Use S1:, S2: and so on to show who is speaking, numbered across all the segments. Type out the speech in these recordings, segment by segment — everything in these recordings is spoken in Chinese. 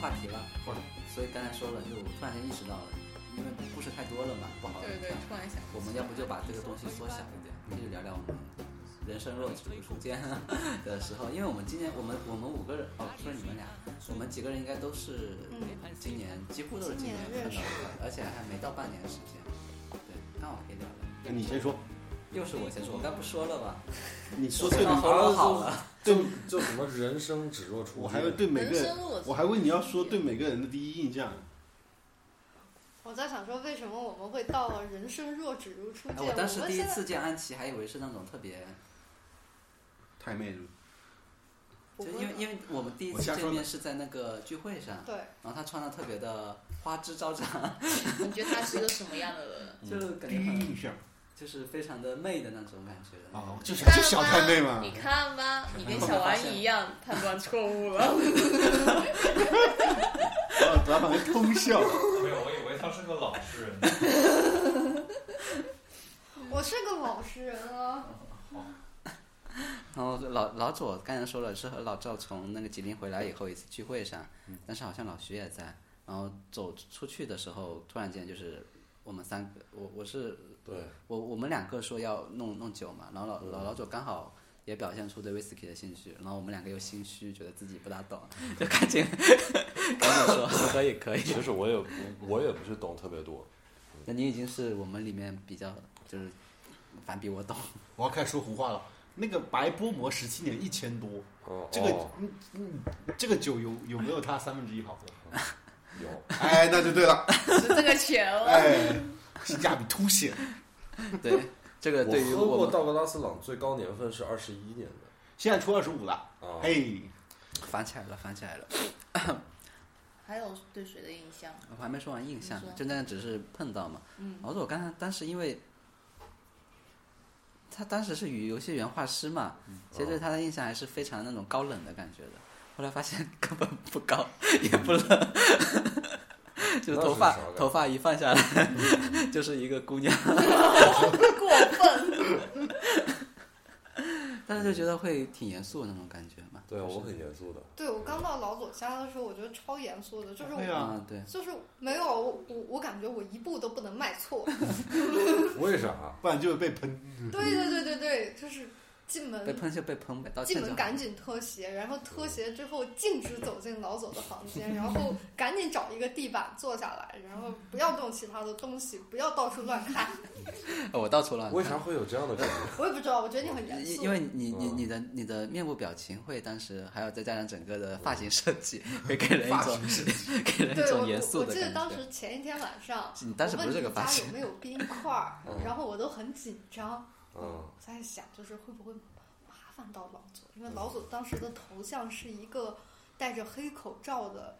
S1: 话题了，或者所以刚才说了，就我突然间意识到了，因为故事太多了嘛，不好
S2: 对对
S1: 看，
S2: 突然想
S1: 我们要不就把这个东西缩小一点，那就聊聊我们人生若只如初见 的时候，因为我们今年我们我们五个人哦，不是你们俩，我们几个人应该都是今年几乎都是今年
S2: 嗯今
S1: 看
S2: 年认识
S1: 到的，而且还没到半年时间。对，那我可以聊聊。
S3: 那你先说，
S1: 又是我先说，我刚不说了吧？
S3: 你说
S1: 我
S3: 对
S1: 知道
S3: 了，
S1: 喉咙好了，
S3: 对，
S4: 就什么人生只若初见，
S3: 我还要对每个
S2: 人
S3: 人
S2: 生，若只
S3: 我还问你要说对每个人的第一印象。
S5: 我在想说，为什么我们会到人生若只如初
S1: 哎，
S5: 见？
S1: 我当时
S5: 们
S1: 第一
S5: 现在
S1: 次见安琪，还以为是那种特别，
S3: 太妹子，
S1: 就
S5: 不
S1: 因为
S5: 会
S1: 因为我们第一
S3: 我
S1: 次
S3: 瞎说
S1: 见
S3: 的
S1: 面是在那个聚会上，
S5: 对，
S1: 然后她穿的特别的花枝招展，
S2: 你觉得他是一个什么样的人？
S3: 嗯
S1: 就是感
S3: 第
S1: 觉
S3: 一
S1: 很
S3: 印象
S1: 就是非常的媚的那种感觉。
S3: 啊，就
S2: 你
S3: 是
S2: 看吧
S3: 就小太妹嘛
S2: 你，看吧，你跟小玩一样判断错误 了。
S3: 然后老板会偷笑。
S6: 没有，我以为他是个老实人。
S5: 我是个老实人啊。
S1: 然后老老左刚才说了，是和老赵从那个吉林回来以后一次聚会上，
S3: 嗯
S1: 但是好像老徐也在。然后走出去的时候，突然间就是我们三个，我我是
S4: 对，
S1: 我我们两个说要弄弄酒嘛，然后老
S3: 嗯
S1: 老老左刚好也表现出对威士忌的兴趣，然后我们两个又心虚，觉得自己不大懂， 就赶紧赶紧说可以可以。
S4: 其实我也不我也不是懂特别多，
S1: 那你已经是我们里面比较就是反比我 懂，
S3: 我要开始说胡话了。那个白波摩十七年一千多，
S4: 哦，
S3: 这个
S4: 哦
S3: 嗯嗯，这个酒有有没有它三分之一好喝？
S4: 有
S3: 哎，那就对了，
S2: 是这个钱了。
S3: 哎，性价比凸显。
S1: 对这个对于
S4: 我喝过
S1: 们
S4: 道格拉斯朗最高年份是二十一年的
S3: 现在出二十五了，
S4: 啊，
S3: 嘿，
S1: 反起来了，反起来了。
S2: 还有对谁的印象？
S1: 我还没说完印象
S2: 你，说
S1: 就那样只是碰到嘛。
S2: 嗯
S1: 然后我刚才当时因为，他当时是与游戏员画师嘛，
S4: 嗯
S1: 其
S4: 哦
S1: 实对他的印象还是非常那种高冷的感觉的。后来发现根本不高，也不冷， 就
S4: 嗯那
S1: 头
S4: 是
S1: 发
S4: 啥感觉
S1: 头发一放下来，
S4: 嗯
S1: 就是一个姑娘。
S2: 过分。
S1: 但是就觉得会挺严肃的那种感觉嘛。
S4: 嗯对啊，
S1: 就是
S4: 我很严肃的，
S5: 对我刚到老左家的时候，我觉得超严肃的，就是我
S3: 对啊，
S1: 啊，对，
S5: 就是没有我我我感觉我一步都不能迈 错。
S4: 为啥？
S3: 不然就会被喷。
S5: 对对对对对，就是进门
S1: 被喷就被喷呗，道歉
S5: 嗯进
S1: 就
S5: 门
S1: 好。
S5: 赶紧脱鞋，然后
S1: 嗯
S5: 脱鞋之后径直走进老左的房间，然后赶紧找一个地板坐下来，然后不要动其他的东西，不要到处乱看。
S1: 哦我到处乱看。
S4: 为啥会有这样的感觉？
S5: 我也不知道，我觉得你很严
S1: 因
S5: 肃。
S1: 因为你你
S4: 嗯
S1: 你的你的面部表情会，当时还有再加上整个的发型设计，会给人一种 给人
S5: 对
S1: 一
S5: 我
S1: 种严肃
S5: 我
S1: 的
S5: 记得
S1: 感
S5: 当
S1: 觉。
S5: 时前一天晚上，
S1: 你当时
S5: 我
S1: 不
S5: 问
S1: 是这个
S5: 你
S1: 发
S5: 家
S1: 型
S5: 有没有冰 块儿
S4: 嗯，
S5: 然后我都很紧张，
S4: 嗯，
S5: 我在想就是会不会麻烦到老左，因为老左当时的头像是一个戴着黑口罩的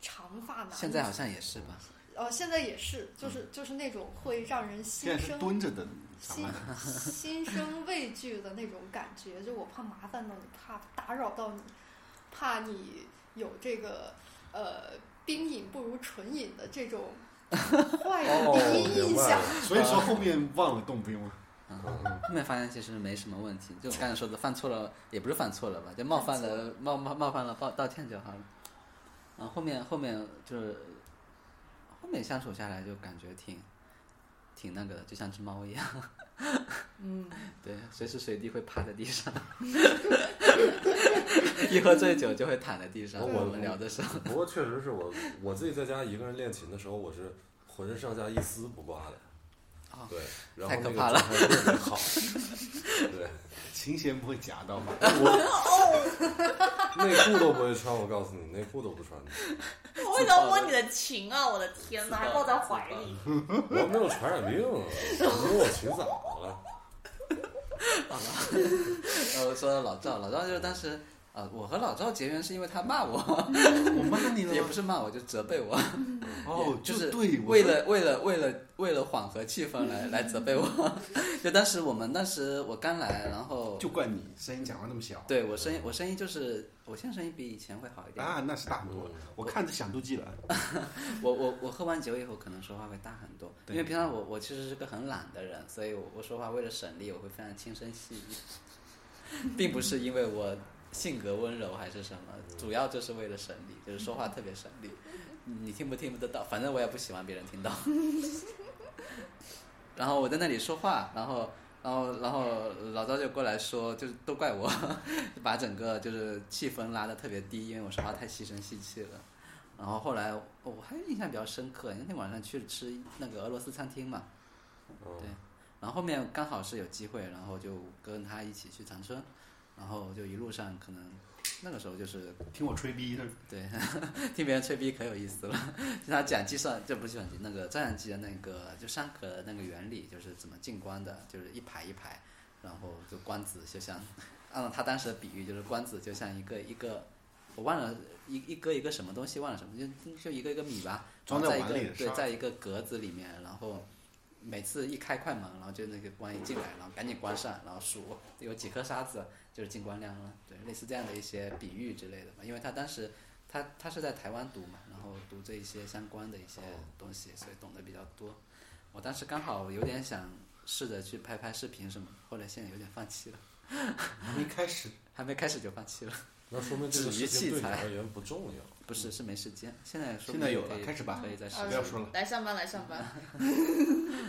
S5: 长发男，
S1: 现在好像也是吧，
S5: 呃现在也是，就是就是那种会让人
S3: 现
S5: 心
S3: 在是
S5: 生
S3: 蹲着的，
S5: 心心生畏惧的那种感觉，就我怕麻烦到你，怕打扰到你，怕你有这个呃冰饮不如纯饮的这种坏的
S4: 哦
S5: 第，一
S4: 明
S5: 印
S4: 白
S5: 象。
S4: 了，
S3: 所以说后面忘了动不用了。
S4: 嗯
S1: 后面发现其实没什么问题，就刚才说的犯错了，也不是犯错了吧，就冒犯了冒冒冒犯了道道歉就好了。然后后面后面就是后面相处下来就感觉挺挺那个的，就像只猫一样，
S2: 嗯，
S1: 对，随时随地会趴在地上， 一喝醉酒就会躺在地上。
S4: 我
S1: 我们聊的时候。
S4: 嗯不过确实是我我自己在家一个人练琴的时候，我是浑身上下一丝不挂的
S1: 哦，
S4: 对，然后
S1: 太
S4: 那
S1: 可
S4: 个
S1: 怕
S4: 状
S1: 了
S4: 态特别好，对，
S3: 琴弦不会夹到吧？
S4: 我
S2: 哦
S4: 内裤都不会穿，我告诉你，内裤都不穿的，
S2: 我为什么摸你的琴啊？我的天哪，还抱在怀里。
S4: 我没有传染病啊，你摸我琴咋了？
S1: 呃，说到老赵，老赵就是当时，呃，我和老赵结缘是因为他骂我，
S3: 我骂你
S1: 也
S3: 了
S1: 不
S3: 吗？
S1: 是骂我，就责备我，
S3: 啊哦，
S1: 就
S3: 就是对，我
S1: 为
S3: 说
S1: 了为了为了为了缓和气氛来来责备我。 就当时我们当时我刚来，然后
S3: 就怪你声音讲话那么小
S1: 对我声音我声音就是我现在声音比以前会好一点，
S3: 啊，那是大
S1: 嗯
S3: 很多了。我看着响度计了，
S1: 我我我喝完酒以后可能说话会大很多，
S3: 对
S1: 因为平常我我其实是个很懒的人， 所以我我说话为了省力，我会非常轻声细语，并不是因为我性格温柔还是什么，主要就是为了省力，就是说话特别省力，你听不听不得到，反正我也不喜欢别人听到。 然后我在那里说话，然后然后然后老赵就过来说，就是都怪我， 把整个就是气氛拉得特别低，因为我说话太细声细气了。然后后来我还印象比较深刻，那天晚上去吃那个俄罗斯餐厅嘛，
S4: 嗯，
S1: 然后后面刚好是有机会，然后就跟他一起去长春，然后就一路上可能那个时候就是
S3: 听我吹逼的，
S1: 对 听别人吹逼可有意思了，就他讲计算，这不是计算机，那个照相机的那个就山壳的那个原理，就是怎么进光的，就是一排一排，然后就光子就像， 按照他当时的比喻，就是光子就像一个一个。我忘了一一个一个什么东西，忘了什么，就就一个一个米吧，
S3: 装在
S1: 在一
S3: 碗
S1: 个
S3: 里是
S1: 对，
S3: 吧
S1: 在一个格子里面，然后每次一开快门，然后就那个光一进来，然后赶紧关上，然后数有几颗沙子就是进光量了，对，类似这样的一些比喻之类的吧。因为他当时他他是在台湾读嘛，然后读这一些相关的一些东西，所以懂得比较多。我当时刚好有点想试着去拍拍视频什么，后来现在有点放弃了，啊
S3: 还没开始，
S1: 还没开始就放弃了，
S4: 那说明这个
S1: 止于
S4: 事情对
S1: 器
S4: 你
S1: 材
S4: 而言不重要。
S1: 不是是没时间，现在说
S3: 现在有
S1: 可
S3: 了
S1: 以
S3: 开始吧
S1: 可以再试
S5: 嗯
S3: 不要说了。
S2: 来上班，来上班。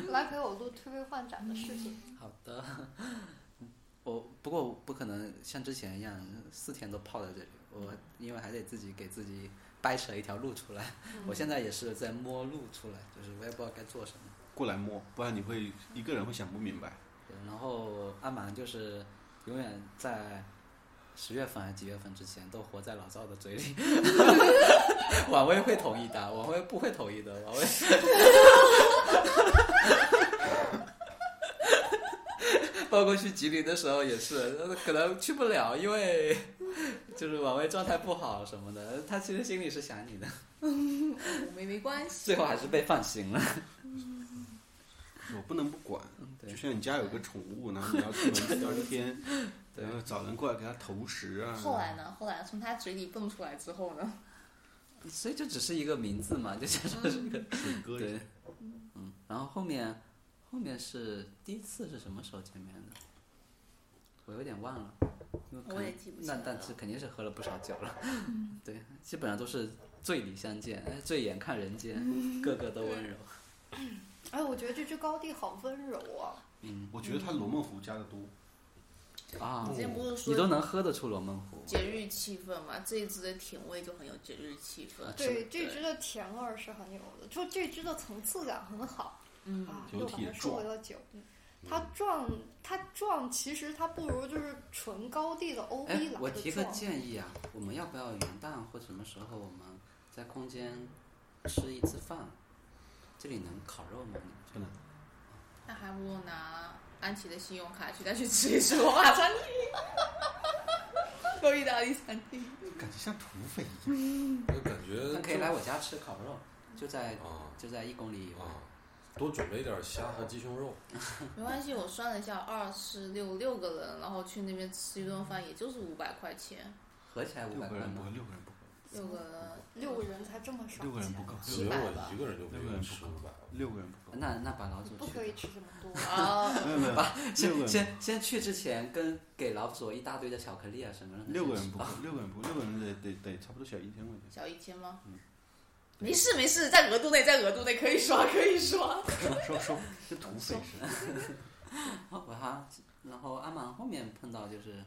S5: 来陪我录推杯换盏的事情。
S1: 好的，嗯我不过我不可能像之前一样四天都泡在这里，我因为还得自己给自己掰扯一条路出来。 我现在也是在摸路出来，就是我也不知道该做什么。
S3: 过来摸，不然你会一个人会想不明白。
S1: 对，然后阿蛮就是永远在十月份还是几月份之前都活在老赵的嘴里。 晚薇会同意的，晚薇不会 同意的，晚薇。包括去吉林的时候也是，呃可能去不了，因为就是晚薇状态不好什么的。他其实心里是想你的，
S2: 我们没关系。
S1: 最后还是被放行了。
S3: 我不能不管，
S1: 嗯 对
S3: 就像你家有个宠物，然后你要出门聊聊天，
S1: 对
S3: 然后找人过来给它投食啊。
S2: 后来呢？后来从他嘴里蹦出来之后呢？
S1: 所以就只是一个名字嘛，就像是一个
S3: 水哥
S1: 对，嗯，然后后面后面是第一次是什么时候见面的？我有点忘了，因为可
S2: 我也
S1: 能
S2: 记不起
S1: 那
S2: 来
S1: 但
S2: 了嗯
S1: 是肯定是喝了不少酒了，对，基本上都是醉里相见，哎醉眼看人间，
S2: 嗯
S1: 个个都温柔。
S5: 哎，我觉得这只高地好温柔啊！
S1: 嗯
S3: 我觉得它罗梦湖加的多，哦
S1: 啊
S2: 你，之前不是
S1: 你都
S2: 说
S1: 能喝得出罗梦湖，
S2: 节日气氛嘛？这一支的甜味就很有节日气氛
S1: 啊。
S5: 对，
S1: 是
S5: 这只的甜味儿是很有的，就这只的层次感很好
S2: 嗯，
S5: 啊。
S3: 酒
S5: 又把
S3: 体
S5: 它
S3: 嗯
S5: 说
S3: 壮
S5: 回到酒，它壮，它壮，其实它不如就是纯高地的 OB
S1: 哎
S5: 来，
S1: 我
S5: 的
S1: 提个
S5: 壮。
S1: 建议啊，我们要不要元旦或什么时候我们在空间吃一次饭？这里能烤肉吗？
S3: 不能。
S2: 那还不如拿安琪的信用卡去再去吃一吃罗马餐厅，或意大利餐厅。
S3: 感觉像土匪 一样。
S4: 我感觉
S1: 那可以来我家吃烤肉，就在
S4: 啊
S1: 就在一公里以外。
S4: 啊，多准备点虾和鸡胸肉。
S2: 没关系，我算了一下，二四六六个人，然后去那边吃一顿饭，也就是五百块钱，
S1: 合起来五
S3: 六
S1: 百
S3: 个
S1: 块
S3: 人不
S1: 吗
S3: 够，？六个人不够，
S2: 六个人
S5: 六个人才这么少
S3: 六个人
S5: 见
S3: 不够，
S4: 我觉
S2: 一
S4: 得
S2: 百
S4: 我
S2: 吧
S4: 一个人就可
S3: 六个人
S4: 以
S3: 不
S4: 吃
S3: 够
S4: 五百了。
S3: 六个人不够。
S1: 那那把老祖
S5: 不
S1: 去
S5: 可以吃这么 多。
S2: 啊，
S3: 没有没有，
S1: 先
S3: 六个人
S1: 先先去之前跟给老祖一大堆的巧克力啊什么的。
S3: 六个人不够
S1: 啊，
S3: 六个人不够，六个人得得得差不多小一千块钱。
S2: 小一千吗？
S3: 嗯
S2: 没事没事，在额度内，在额度内可以刷可以刷。
S3: 说说，这土匪似的。
S1: 哦我哈， 然后阿满后面碰到就是，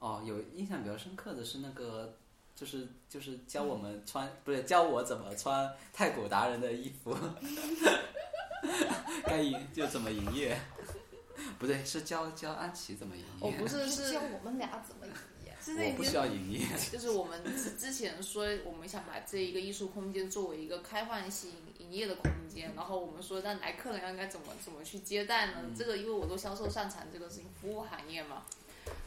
S1: 哦，有印象比较深刻的是那个。就是就是教我们穿，不是教我怎么穿太古达人的衣服， 该营就怎么营业， 不对，是教教安琪怎么营
S2: 我
S1: 业，
S2: 不是
S5: 是教
S2: 是，
S5: 我们俩怎么营 业？
S2: 就是已
S1: 我不
S2: 经
S1: 需要营业，
S2: 就是我们之之前说，我们想把这一个艺术空间作为一个开放性营业的空间，然后我们说，那来客人应该怎么怎么去接待呢？这个因为我做销售擅长这个事情，服务行业嘛。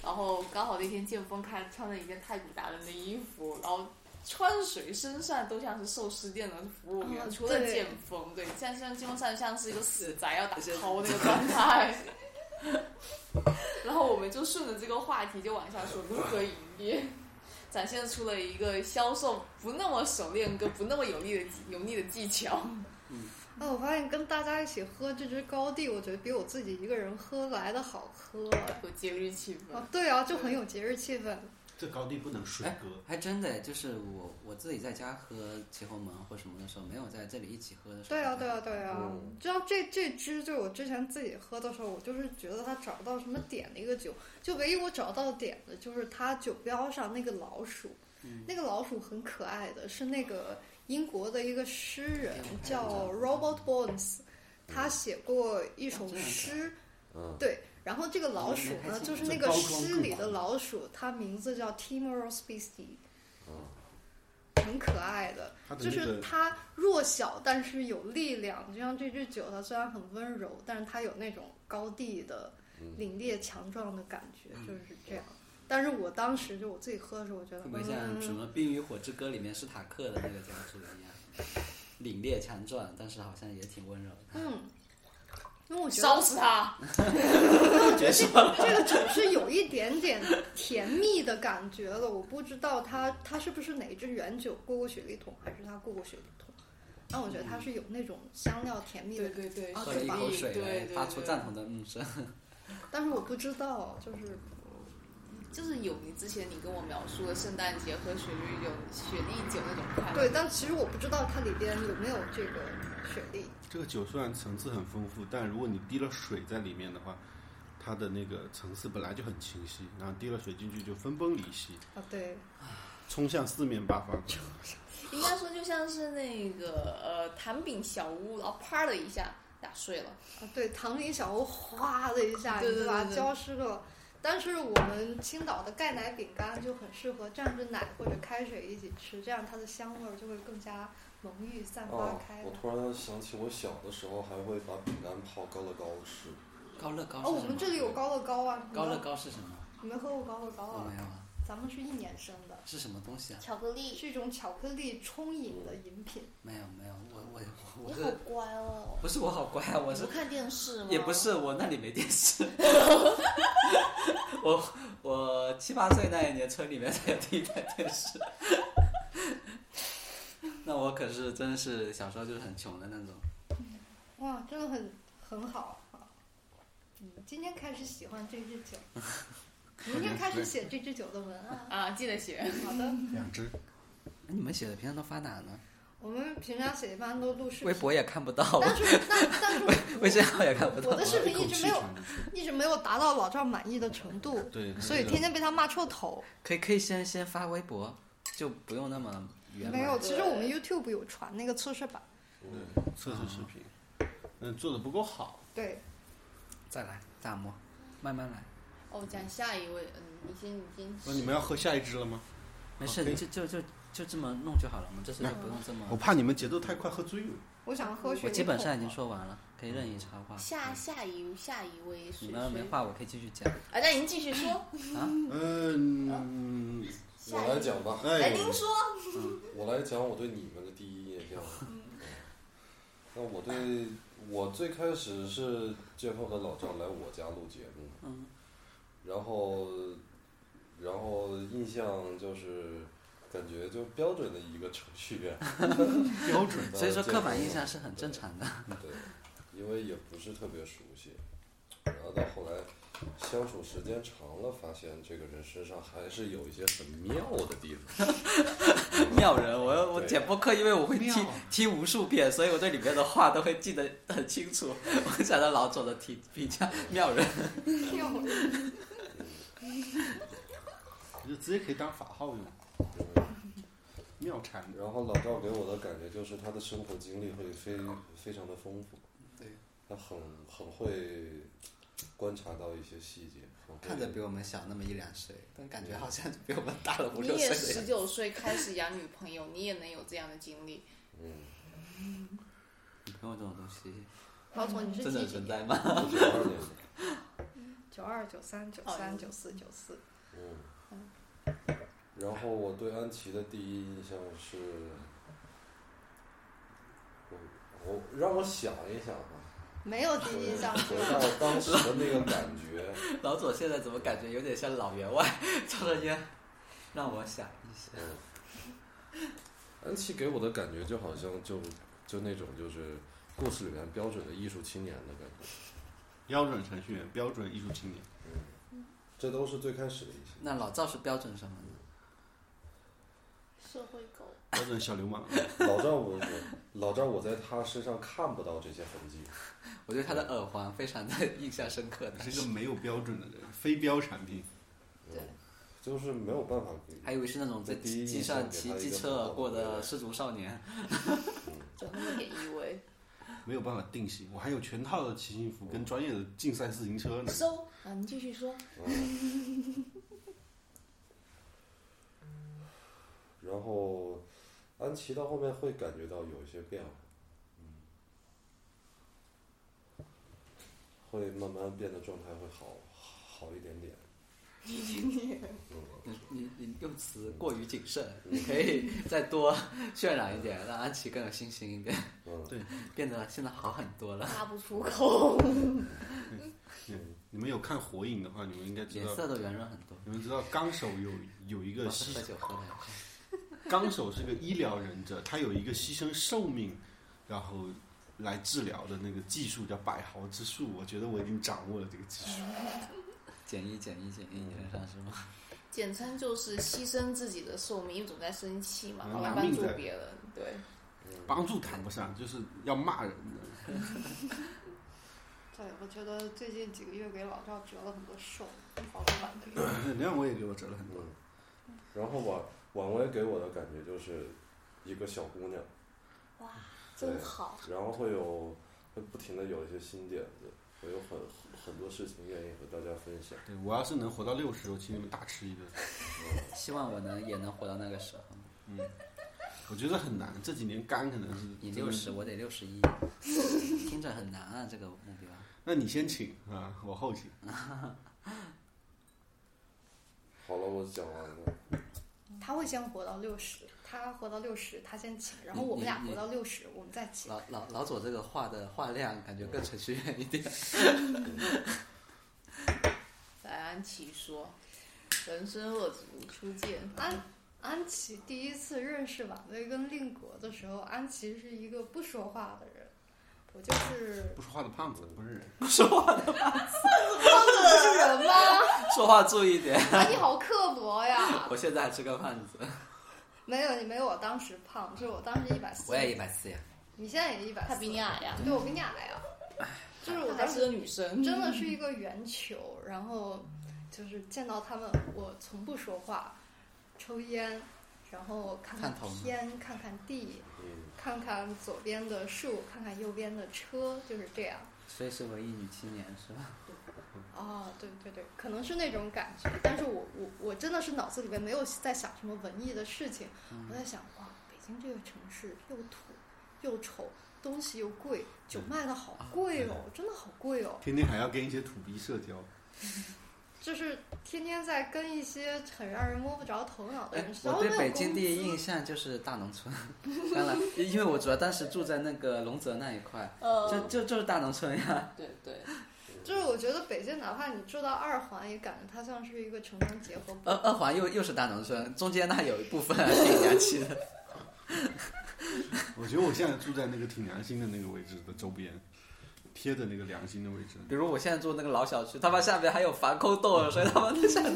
S2: 然后刚好那天建峰看穿了一件太古达人的衣服，然后川水身上都像是寿司店的服务员，
S5: 哦
S2: 除了
S5: 对
S2: 建峰，对，像像基本上像是一个死宅要打
S1: 是
S2: 掏那个状态。 然后我们就顺着这个话题就往下说如何营业，展现出了一个销售不那么熟练跟不那么有力的油腻的技巧。
S5: 哎，我发现跟大家一起喝这支高地，我觉得比我自己一个人喝来的好喝。
S2: 有节日气氛
S5: 啊，对啊，就很有节日气氛。
S3: 这高低不能水
S1: 哎
S3: 割。
S1: 还真的就是我我自己在家喝奇侯门或什么的时候，没有在这里一起喝的时候。
S5: 对啊，对啊，对啊！
S4: 嗯
S5: 你知道这这支，就我之前自己喝的时候，我就是觉得它找不到什么点的一个酒，就唯一我找到点的就是它酒标上那个老鼠，
S1: 嗯
S5: 那个老鼠很可爱的，是那个英国的一个诗人
S1: 嗯
S5: 叫 Robert Burns，他写过一首
S1: 真的很可爱
S5: 诗，
S4: 嗯，
S5: 对，然后这个老鼠
S1: 没
S5: 呢
S1: 看，清
S5: 就是
S3: 楚
S5: 那个
S3: 高光
S5: 诗
S3: 更
S5: 里的
S3: 狂
S5: 老鼠，它名字叫 Timorous Beastie，
S4: 嗯
S5: 很可爱的。
S3: 它的
S5: 就
S3: 那
S5: 是
S3: 个
S5: 它弱小，但是有力量。就像这支酒，它虽然很温柔，但是它有那种高地的
S4: 嗯
S5: 凛冽强壮的感觉，
S1: 嗯
S5: 就是这样。但是我当时就我自己喝的时候，我觉得，
S1: 会不会像什
S5: 嗯，
S1: 么《冰与火之歌》里面史塔克的那个家属一样，凛冽强壮，但是好像也挺温柔的。
S5: 嗯，因为我觉
S2: 烧
S5: 得
S2: 死他！
S1: 别说
S5: 这个酒是有一点点甜蜜的感觉的。我不知道它它是不是哪一支原酒过过雪梨桶，还是它过过雪梨桶。但我觉得它是有那种香料甜蜜的
S2: 对对对，
S5: 哦
S1: 喝了一口水
S2: 对
S1: 来
S2: 对对，
S1: 发出赞同的嗯 声。
S5: 但是我不知道，就是
S2: 就是有你之前你跟我描述的圣诞节喝雪莉酒、雪莉酒那种快乐。
S5: 对，但其实我不知道它里边有没有这个雪莉。
S3: 这个酒虽然层次很丰富，但如果你滴了水在里面的话，它的那个层次本来就很清晰，然后滴了水进去就分崩离析，
S5: 啊，对，
S3: 冲向四面八方。
S2: 应该说就像是那个呃糖饼小屋，然后啪的一下打碎了。
S5: 啊，对，唐林小屋哗的一下，
S2: 对
S5: 你
S2: 对
S5: 就把它
S2: 对对
S5: 浇湿了。但是我们青岛的钙奶饼干就很适合蘸着奶或者开水一起吃，这样它的香味儿就会更加浓郁散发
S4: 哦
S5: 开，
S4: 我
S5: 来。
S4: 突然想起我小的时候还会把饼干泡高乐高吃，
S1: 高乐高是
S5: 哦，我
S1: 什
S5: 们
S1: 么
S5: 这里有高乐高啊，你
S1: 高
S5: 们
S1: 乐高是什么？
S5: 你没喝过高乐高
S1: 我
S5: 啊
S1: 没？有啊，
S5: 咱们是一年生的，
S1: 是什么东西啊？
S2: 巧克力，
S5: 是一种巧克力冲饮的饮品。
S1: 没有没有，我我我我
S2: 你好
S1: 是
S2: 乖哦。
S1: 不是我好乖啊？我
S2: 你
S1: 是
S2: 不看电视吗？
S1: 也不是我那里没电视，我我七八岁那一年村里面才有第一台电视，那我可是真是小时候就是很穷的那种。
S5: 哇，真的很很好。嗯，今天开始喜欢这支 酒，明天开始写这支酒的文案。
S2: 啊，记得写。
S5: 好的，
S3: 两只，
S1: 那你们写的平常都发哪呢？
S5: 我们平常写一般都录视
S1: 微
S5: 频，
S1: 博也看不到，
S5: 但是但但是
S1: 微信号也看不
S5: 我
S1: 到
S5: 的。视
S3: 一
S5: 频
S3: 口
S5: 一直
S3: 气
S5: 没有
S3: 传出去。
S5: 一直没有达到老赵满意的程度，
S3: 对，
S5: 所以天天被他骂臭头。
S1: 可以可以先先发微博，就不用那么圆
S5: 没有，
S1: 满。
S5: 其实我们 YouTube 有传那个测试版，
S4: 嗯，
S3: 测试视频，嗯，做的不够好。
S5: 对，
S1: 再来，大漠，慢慢来，
S2: 哦，讲下一位，嗯，你先，你先。
S3: 那你们要喝下一支了吗？
S1: 没事，
S3: 可以
S1: 就就就就这么弄就好了，我们这次就不用这
S3: 我
S1: 么。
S3: 怕你们节奏太快喝醉了。
S5: 我想喝雪
S1: 我
S5: 梨
S1: 基本
S5: 口
S1: 上已
S5: 红
S1: 经说完了，可以任意插话。
S2: 下下一下一位是
S1: 你们没
S2: 谁？
S1: 话，我可以继续讲。啊
S2: 啊，那您继续说。
S3: 嗯，
S2: 下
S4: 我
S2: 一
S4: 来
S2: 位。
S4: 讲吧，
S2: 来，
S3: 哎，
S2: 您说。
S4: 我来讲我对你们的第一印象。那我对我最开始是建峰和老赵来我家录节目，
S1: 嗯，
S4: 然后然后印象就是感觉就标准的一个程序 员，呃
S3: 标准。
S1: 所以说刻板印象是很正常的。
S4: 对，因为也不是特别熟悉，然后到后来相处时间长了，发现这个人身上还是有一些很妙的地方。
S1: 妙人，我我
S4: 对
S1: 剪播客，因为我会
S3: 妙
S1: 听听无数遍，所以我对里面的话都会记得很清楚。 我想到老总的提评价，妙人，
S5: 跳了
S3: 就直接可以当法号用， 妙禅。
S4: 然后老赵给我的感觉就是他的生活经历会非非常的丰富，
S1: 对，
S4: 他很很会观察到一些细节，很会
S1: 看着比我们小那么一两岁，但感觉好像比我们大了五
S2: 你
S1: 六岁
S2: 也
S1: 的
S2: 十
S1: 样子。
S2: 九岁开始养女朋友，你也能有这样的经历。
S4: 嗯，
S1: 女朋友这种东西
S5: 老总，你是
S1: 真的
S5: 几几
S1: 存
S5: 年？
S1: 在吗？
S4: 我九二年的，
S5: 九二、九三、九
S2: 哦
S5: 三、
S2: 你
S5: 九四、九四。
S4: 嗯，然后我对安琪的第一印象是，我我让我想一想啊，
S5: 没有第一印
S1: 哦
S5: 象是
S4: 回
S5: 吧
S4: 到当时的那个感觉，
S1: 老总现在怎么感觉有点像老员外抽着烟？让我想一想，
S4: 嗯，安琪给我的感觉就好像就就那种就是故事里面标准的艺术青年的感觉，
S3: 标准程序员，标准艺术青年。
S4: 嗯，这都是最开始的一些。
S1: 那老赵是标准什么呢？
S2: 社会狗，
S3: 标准小流氓。
S4: 老赵我我老赵我在他身上看不到这些痕迹，
S1: 我对他的耳环非常的印象深刻的
S3: 你，是个没有标准的人，非标产品。
S2: 对
S4: 就是没有办法给你。
S1: 还以为是那种在
S4: 这第一
S1: 机
S4: 印
S1: 机
S4: 象
S1: 上
S4: 给
S1: 骑
S4: 他一
S1: 机
S4: 个
S1: 车而过
S4: 很好
S1: 的
S4: 的
S1: 失足少 年。
S2: 有那么点意味。
S3: 没有办法定性，我还有全套的骑行服跟专业的竞赛自行车呢。
S2: 收啊，您继续说。
S4: 嗯。然后，安琪到后面会感觉到有一些变化，嗯，会慢慢变得状态会好好一点点。
S1: 你你你用词过于谨慎，
S4: 嗯
S1: 你可以 再多渲染一点，让安琪更有信心一点，
S4: 嗯，
S1: 变得现在好很多了。
S2: 发不出口。
S4: 嗯
S3: 你们有看《火影》的话，你们应该知
S1: 脸
S3: 道，
S1: 色都圆润很多。
S3: 你们知道纲手有有一个
S1: 我
S3: 牺
S1: 是喝酒喝的，
S3: 纲手是个医疗忍者，他有一个牺牲寿命，然后来治疗的那个技术叫百豪之术。我觉得我已经掌握了这个技术。
S1: 减一减一减一，
S4: 嗯
S1: 你能上是吗？
S2: 简称就是牺牲自己的寿命，一种在生气嘛，
S3: 嗯
S2: 然后来
S3: 拿
S2: 帮
S3: 命
S2: 助
S3: 在
S2: 别人，对，
S4: 嗯
S3: 帮助谈不上，就是要骂人的。
S5: 对，我觉得最近几个月给老赵折了很多寿，好老板的脸。
S3: 能量我也给我折了很多
S4: 嗯。，然后婉婉薇给我的感觉就是一个小姑娘，
S2: 哇，
S4: 对
S2: 真好。
S4: 然后会有会不停的有一些新点子，我有很很多事情愿意和大家分享。
S3: 对我要是能活到六十，我请你们大吃一顿。
S1: 希望我能也能活到那个时候。
S3: 我觉得很难，这几年肝可能是
S1: 你
S3: 真的
S1: 六十，我得六十 一，听着很难啊，这个目标。
S3: 那你先请啊，我后请。
S4: 好了，我讲完了。
S1: 嗯
S5: 他会先活到六十，他活到六十，他先请，然后我们俩
S1: 你你
S5: 活到六十，我们再请。
S1: 老老老左这个话的话量感觉更程序员一 点。
S2: 来，安琪说，人生恶之无初见。
S5: 安安琪第一次认识婉薇跟令国的时候，安琪是一个不说话的人，我就是
S3: 不说话的胖子不是人，
S5: 不是人吗？
S1: 说话注意点。
S5: 啊，你好刻薄呀！
S1: 我现在还是个胖子，
S5: 没有，你没有我当时胖，是我当时一百四，
S1: 我也一，百四呀。
S5: 你现在也一百，
S2: 她比你矮呀，
S5: 对我比你矮啊呀，就是我
S2: 她
S5: 当
S2: 还
S5: 时
S2: 是个女生，
S5: 真的是一个圆球，然后就是见到他们，我从不说话，抽烟，然后看看
S1: 看头呢
S5: 天，看看地，
S4: 嗯，
S5: 看看左边的树，看看右边的车，就是这样。
S1: 所以是文艺女青年是吧？
S5: 哦，对对对，可能是那种感觉，但是我我我真的是脑子里面没有在想什么文艺的事情，我在想哇，北京这个城市又土又丑，东西又贵，酒卖的好贵哦，真的好贵哦，
S3: 天天还要跟一些土逼社交。
S5: 就是天天在跟一些很让人摸不着头脑的
S1: 哎
S5: 人，说，
S1: 我
S5: 哦
S1: 对
S5: 没有
S1: 北京
S5: 工
S1: 第一
S5: 资
S1: 印象就是大农村， 当然，因为我主要当时住在那个龙泽那一块，
S5: 哦
S1: 就
S2: 呃，
S1: 就就是大农村呀。
S2: 对对，
S5: 就是我觉得北京哪怕你住到二环，也感觉它像是一个城乡结合 部。
S1: 二二环又又是大农村，中间那有一部分还挺洋气的。
S3: 我觉得我现在住在那个挺良心的那个位置的周边，贴着那个良心的位置。
S1: 比如我现在住那个老小区，他妈下面还有防空洞，所以他妈那下面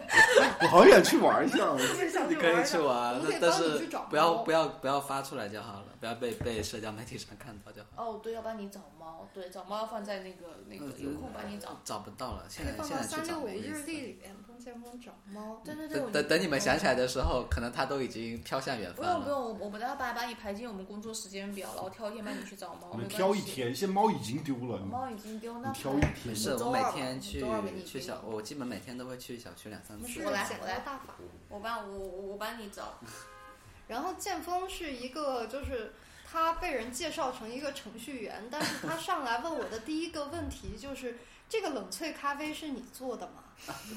S3: 我好想去玩一下哦。
S5: 就是想
S1: 你可以去玩
S5: 我，们可
S1: 那
S5: 以
S1: 但
S5: 帮你
S1: 是
S5: 去找
S1: 不要
S5: 猫
S1: 不要不要发出来就好了，不要被被社交媒体上看到就好。
S2: 哦对，要帮你找猫，对，找猫要放在那个那个
S1: 嗯
S2: 有空帮你找。
S1: 找不到了，现
S5: 可以
S1: 在
S5: 放
S1: 现
S5: 到
S1: 在
S5: 三
S1: 去
S5: 六
S1: 找
S5: 五
S1: 没意
S5: 日
S1: 思。
S5: 历里边，帮先锋找猫。
S2: 对对对，我
S1: 等等等你们想起
S2: 来。
S1: 来的时候，可能它都已经飘向远
S2: 嗯不
S1: 方
S2: 用不
S1: 了。
S2: 用，我我们待会把把你排进我们工作时间表，然后挑一天帮你去找猫。
S3: 你们
S2: 没关系
S3: 挑一，天，现在猫已经丢了。
S2: 猫已经丢，那
S3: 你挑一天
S1: 没
S2: 不
S1: 事，
S2: 是
S1: 我每天去
S2: 周二吧你
S1: 去小，我基本每天都会去小区两三
S5: 我们
S1: 次
S5: 是。
S2: 我来
S5: 剪
S2: 我
S5: 刀
S2: 来
S5: 大法。
S2: 我帮我我我帮你找，
S5: 然后剑锋是一个，就是他被人介绍成一个程序员，但是他上来问我的第一个问题就是：这个冷萃咖啡是你做的吗？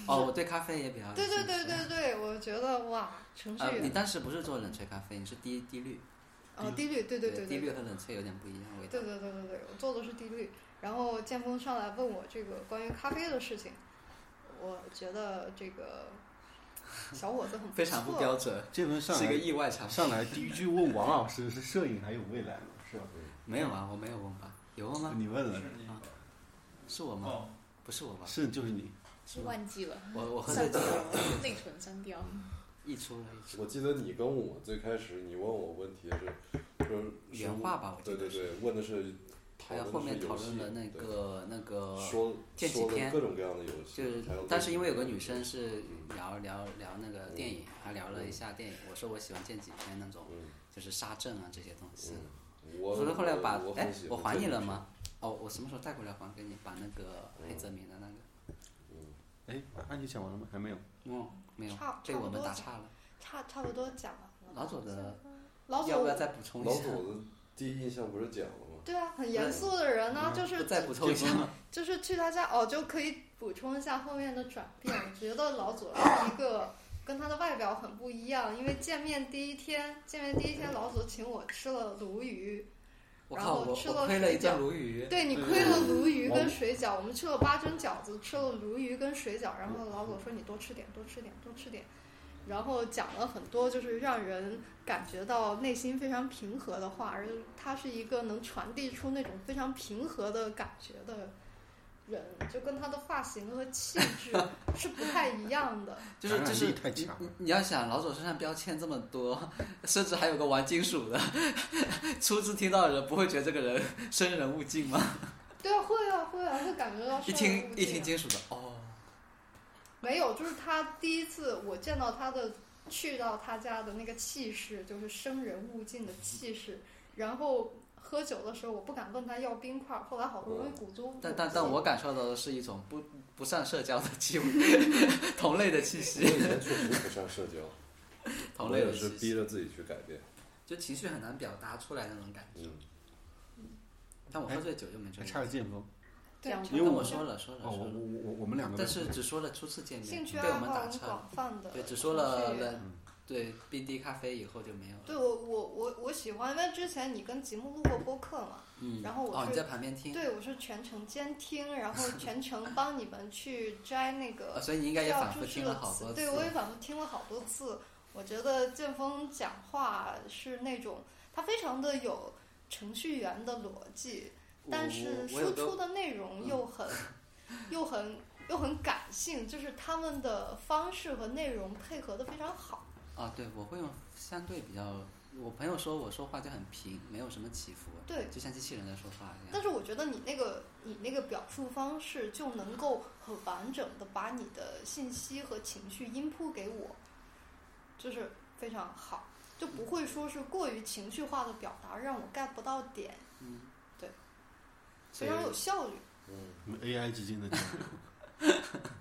S1: 哦，我对咖啡也比较。
S5: 对对对。对对，我觉得哇，程序
S1: 呃，你
S5: 员
S1: 当时不是做冷萃咖啡，你是低低滤，
S5: 哦，低滤，对对对
S1: 低
S5: 对
S1: 滤和冷萃有点不一样味道
S5: 对。对对对对，我做的是地绿。然后建峰上来问我这个关于咖啡的事情，我觉得这个小伙子很
S1: 非常不
S5: 错
S1: 标准，
S3: 这轮上
S1: 是一个
S3: 来
S1: 意外尝试。
S3: 上来第一句问王老师是摄影还有未来吗？是吧？
S1: 没有啊，我没有问吧？有问吗？啊
S3: 你问了
S6: 是，你
S1: 是我吗？
S6: 哦，
S1: 不是我吧？
S3: 是就是你。
S2: 是忘记了，
S1: 我我喝
S2: 删
S1: 醉
S2: 掉
S1: 酒，
S2: 了，内存删掉。
S1: 溢出了溢出。
S4: 我记得你跟我最开始你问我问题是，说
S1: 原话吧我记
S4: 对
S1: 得
S4: 对对，问的是讨
S1: 还有
S4: 论
S1: 后面
S4: 的是
S1: 讨
S4: 游戏
S1: 论了那
S4: 对
S1: 个那个，
S4: 说
S1: 剑戟
S4: 说了
S1: 片
S4: 各种各样的游戏，
S1: 就是
S4: 还有
S1: 当时因为有个
S4: 各种
S1: 女生是
S4: 嗯
S1: 聊聊聊那个电影，还聊了一下电影。我说我喜欢见几篇那种，
S4: 嗯
S1: 就是沙阵啊这些东西。
S4: 嗯，我
S1: 所以后来把
S4: 我
S1: 哎
S4: 很喜，
S1: 我
S4: 欢
S1: 还
S4: 这
S1: 你
S4: 个
S1: 了
S4: 女
S1: 吗？哦，我什么时候带过来还给你？把那个
S4: 嗯
S1: 黑泽明的那个，
S3: 哎，那你讲完了吗？还没有。
S1: 嗯，没有
S5: 差，
S1: 被
S5: 差不
S1: 我们
S5: 多
S1: 打
S5: 讲
S1: 岔了。
S5: 差差不多讲完了。
S1: 老左的
S5: 老
S1: 要不要
S5: 总，
S1: 再补充
S4: 生
S1: 一
S4: 老
S1: 下？
S4: 祖的第一印象不是讲了 吗？
S5: 对啊，很严肃的人呢、啊就是
S1: 嗯再补充一下吗？
S5: 就是去他家哦，就可以补充一下后面的转变。我觉得老祖拉一个跟他的外表很不一样，因为见面第一天，见面第一天老祖请我吃了鲈鱼，
S1: 我
S5: 然
S1: 靠，
S5: 后
S1: 我
S5: 吃
S1: 我
S5: 了
S1: 亏了一
S5: 水
S1: 顿
S5: 饺
S1: 鲈鱼。
S5: 对你亏了鲈鱼跟水饺，我们吃了八珍饺子，吃了鲈鱼跟水饺，然后老祖说你多吃点，多吃点，多吃点。然后讲了很多就是让人感觉到内心非常平和的话，而他是一个能传递出那种非常平和的感觉的人，就跟他的发型和气质是不太一样的。
S1: 就是
S3: 感
S1: 就
S3: 染
S1: 是
S3: 力太强
S1: 你
S3: 了
S1: 你要想老左身上标签这么多，甚至还有个玩金属的， 初次听到的人不会觉得这个人生人勿近吗？
S5: 对啊，会啊，会啊，会感觉到
S1: 一
S5: 受人
S1: 听
S5: 勿
S1: 一
S5: 近
S1: 听
S5: 啊
S1: 金属的，哦，
S5: 没有，就是他第一次我见到他的，去到他家的那个气势，就是生人勿近的气势。然后喝酒的时候，我不敢问他要冰块，后来好不容易鼓足勇气。
S1: 哦但但但我感受到的是一种不不善社交的气味， 同类的气
S4: 我
S1: 息，
S4: 以前确实不善社交，
S1: 同
S4: 我
S1: 类
S4: 也
S1: 的
S4: 是
S1: 气
S4: 逼
S1: 息，
S4: 着自己去改变。
S1: 就情绪很难表达出来那种感觉。
S4: 嗯，
S1: 但我喝醉酒就没这
S3: 还
S1: 样。
S3: 哎差个见风。
S5: 对
S2: 讲
S3: 因为
S1: 跟
S3: 我
S1: 我说了说了
S3: 哦，我
S1: 说了，
S3: 我我我们两个
S1: 但是只说了初次见面
S5: 兴，趣
S1: 被
S5: 爱
S1: 我们
S5: 好
S1: 打
S5: 很
S1: 岔了。
S5: 广泛的，
S1: 对，只说了
S5: 出去
S1: 了，
S3: 嗯
S1: 对冰滴咖啡以后就没有了。
S5: 对我我我我喜欢，因为之前你跟吉木录过播客嘛，
S1: 嗯，
S5: 然后我
S1: 哦，
S5: 是
S1: 你在旁边听，
S5: 对我是全程监听，然后全程帮你们去摘那
S1: 呃
S5: 个
S1: 所以你应该也
S5: 要
S1: 反
S5: 注
S1: 复
S5: 释
S1: 听
S5: 的
S1: 了好
S5: 词
S1: 多次。
S5: 对，我也反复听了好多次。我觉得剑锋讲话是那种，他非常的有程序员的逻辑，
S1: 我
S5: 但是
S1: 我有
S5: 输出
S1: 个嗯
S5: 的内容又很、又很、又很感性，就是他们的方式和内容配合的非常好。
S1: 啊，对我会用相对比较，我朋友说我说话就很平，没有什么起伏，
S5: 对，
S1: 就像机器人在说话一样。
S5: 但是我觉得你那个你那个表述方式就能够很完整的把你的信息和情绪 input 给我，就是非常好，就不会说是过于情绪化的表达让我 get 不到点，
S1: 嗯，
S5: 对，
S1: 所
S5: 非
S1: 以嗯
S5: 常有效率。
S3: 我们 AI 之间的交流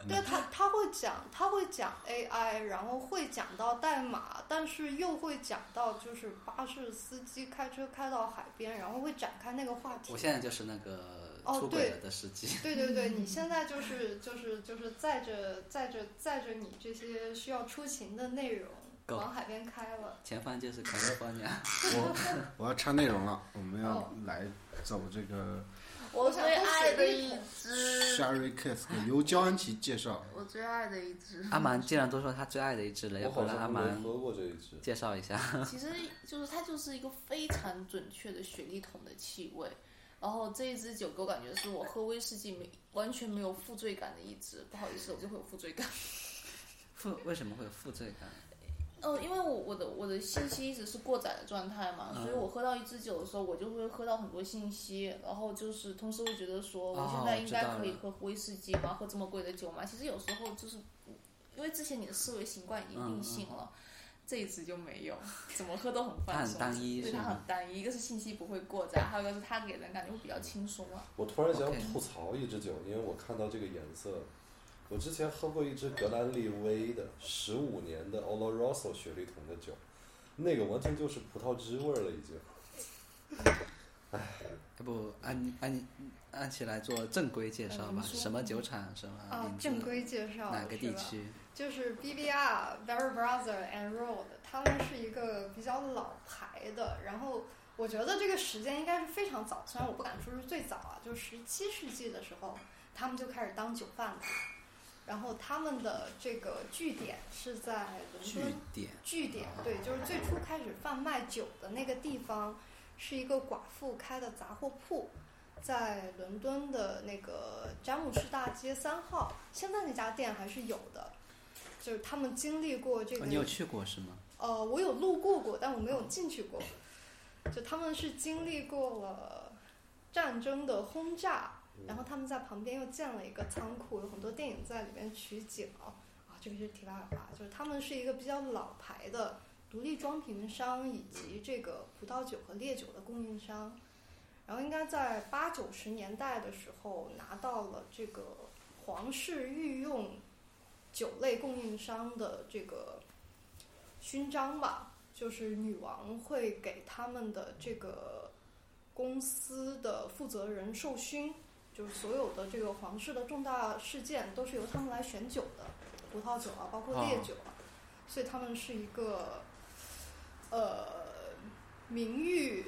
S5: 对他他会讲他会讲 AI，然后会讲到代码，但是又会讲到就是巴士司机开车开到海边，然后会展开那个话题
S1: 我。现在就是那个
S5: 哦
S1: 出轨
S5: 对
S1: 了的司机，
S5: 对对对，你现在就是就是就是载着载着载着你这些需要出勤的内容
S1: Go
S5: 往海边开了。
S1: 前方就是 California。
S3: 我我要插内容了，我们要
S5: 哦
S3: 来走这个
S2: 我
S5: 想
S2: 最
S5: 喝
S2: 爱
S5: 雪
S2: 的
S5: 莉
S2: 一
S5: 桶
S2: 只，
S3: Sherry Kiss 由焦安琪介绍。
S2: 我最爱的一只。
S1: 阿蛮竟然都说他最爱的一只了，要
S4: 我
S1: 不
S4: 好
S1: 让阿
S4: 像没
S1: 蛮
S4: 喝过这一支。
S1: 介绍一下？
S2: 其实就是它就是一个非常准确的雪莉桶的气味。然后这一支酒给我感觉是我喝威士忌没完全没有负罪感的一支，不好意思，我就会有负罪感。
S1: 负为什么会有负罪感？
S2: 呃，因为我我的我的信息一直是过载的状态嘛，所
S1: 嗯
S2: 以我喝到一支酒的时候，我就会喝到很多信息，然后就是同时会觉得说，我现在
S1: 哦
S2: 应
S1: 知道
S2: 该可以
S1: 了
S2: 喝威士忌吗？喝这么贵的酒吗？其实有时候就是因为之前你的思维习惯已经
S1: 嗯
S2: 定性了。这一支就没有，怎么喝都很放松，
S1: 它很单一
S2: 对
S1: 是
S2: 它
S1: 吗
S2: 很单一。一个是信息不会过载，还有一个是它给人感觉会比较轻松啊。
S4: 我突然想
S1: OK
S4: 吐槽一支酒，因为我看到这个颜色。我之前喝过一支格兰利威的十五年的 Oloroso 雪莉桶的酒，那个完全就是葡萄汁味儿了，已经。
S1: 要不按按按起来做正规介
S5: 呃
S1: 绍吧？
S2: 嗯说
S1: 什么酒厂？什么
S5: 啊
S1: 名，字
S5: 正规介绍
S1: 哪个
S5: 是
S1: 地
S5: 吧？嗯
S1: 区？
S5: 就是 BBR Very Brother and Road，他们是一个比较老牌的，然后我觉得这个时间应该是非常早，虽然我不敢说是最早啊，就是十七世纪的时候，他们就开始当酒贩子，然后他们的这个据点是在伦
S1: 据
S5: 敦
S1: 点。
S5: 据点，对，就是最初开始贩卖酒的那个地方，是一个寡妇开的杂货铺。在伦敦的那个詹姆士大街三号，现在那家店还是有的。就是他们经历过这个，
S1: 哦你有去过是吗？
S5: 呃，我有路过过，但我没有进去过。就他们是经历过了战争的轰炸，然后他们在旁边又建了一个仓库，有很多电影在里面取景啊。这个是题外话，就是他们是一个比较老牌的独立装瓶商以及这个葡萄酒和烈酒的供应商，然后应该在八九十年代的时候拿到了这个皇室御用酒类供应商的这个勋章吧，就是女王会给他们的这个公司的负责人授勋，就是所有的这个皇室的重大事件都是由他们来选酒的，葡萄酒啊，包括烈酒啊，所以他们是一个呃名誉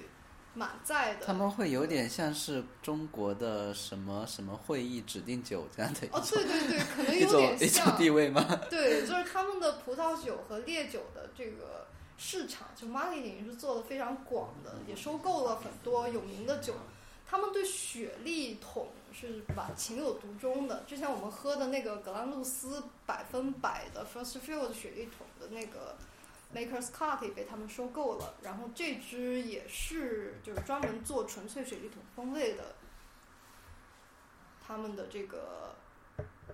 S5: 满载的。
S1: 他们会有点像是中国的什么什么会议指定酒这样的
S5: 哦，对对对，可能
S1: 一
S5: 有
S1: 种
S5: 点
S1: 一种
S5: 像，
S1: 地位吗？
S5: 对，就是他们的葡萄酒和烈酒的这个市场，就 marketing 是做的非常广的，也收购了很多有名的酒。他们对雪莉桶是吧情有独钟的。之前我们喝的那个格兰露丝百分百的 First Field 雪莉桶的那个 Maker's Cut 也被他们收购了，然后这支也是就是专门做纯粹雪莉桶风味的，他们的这个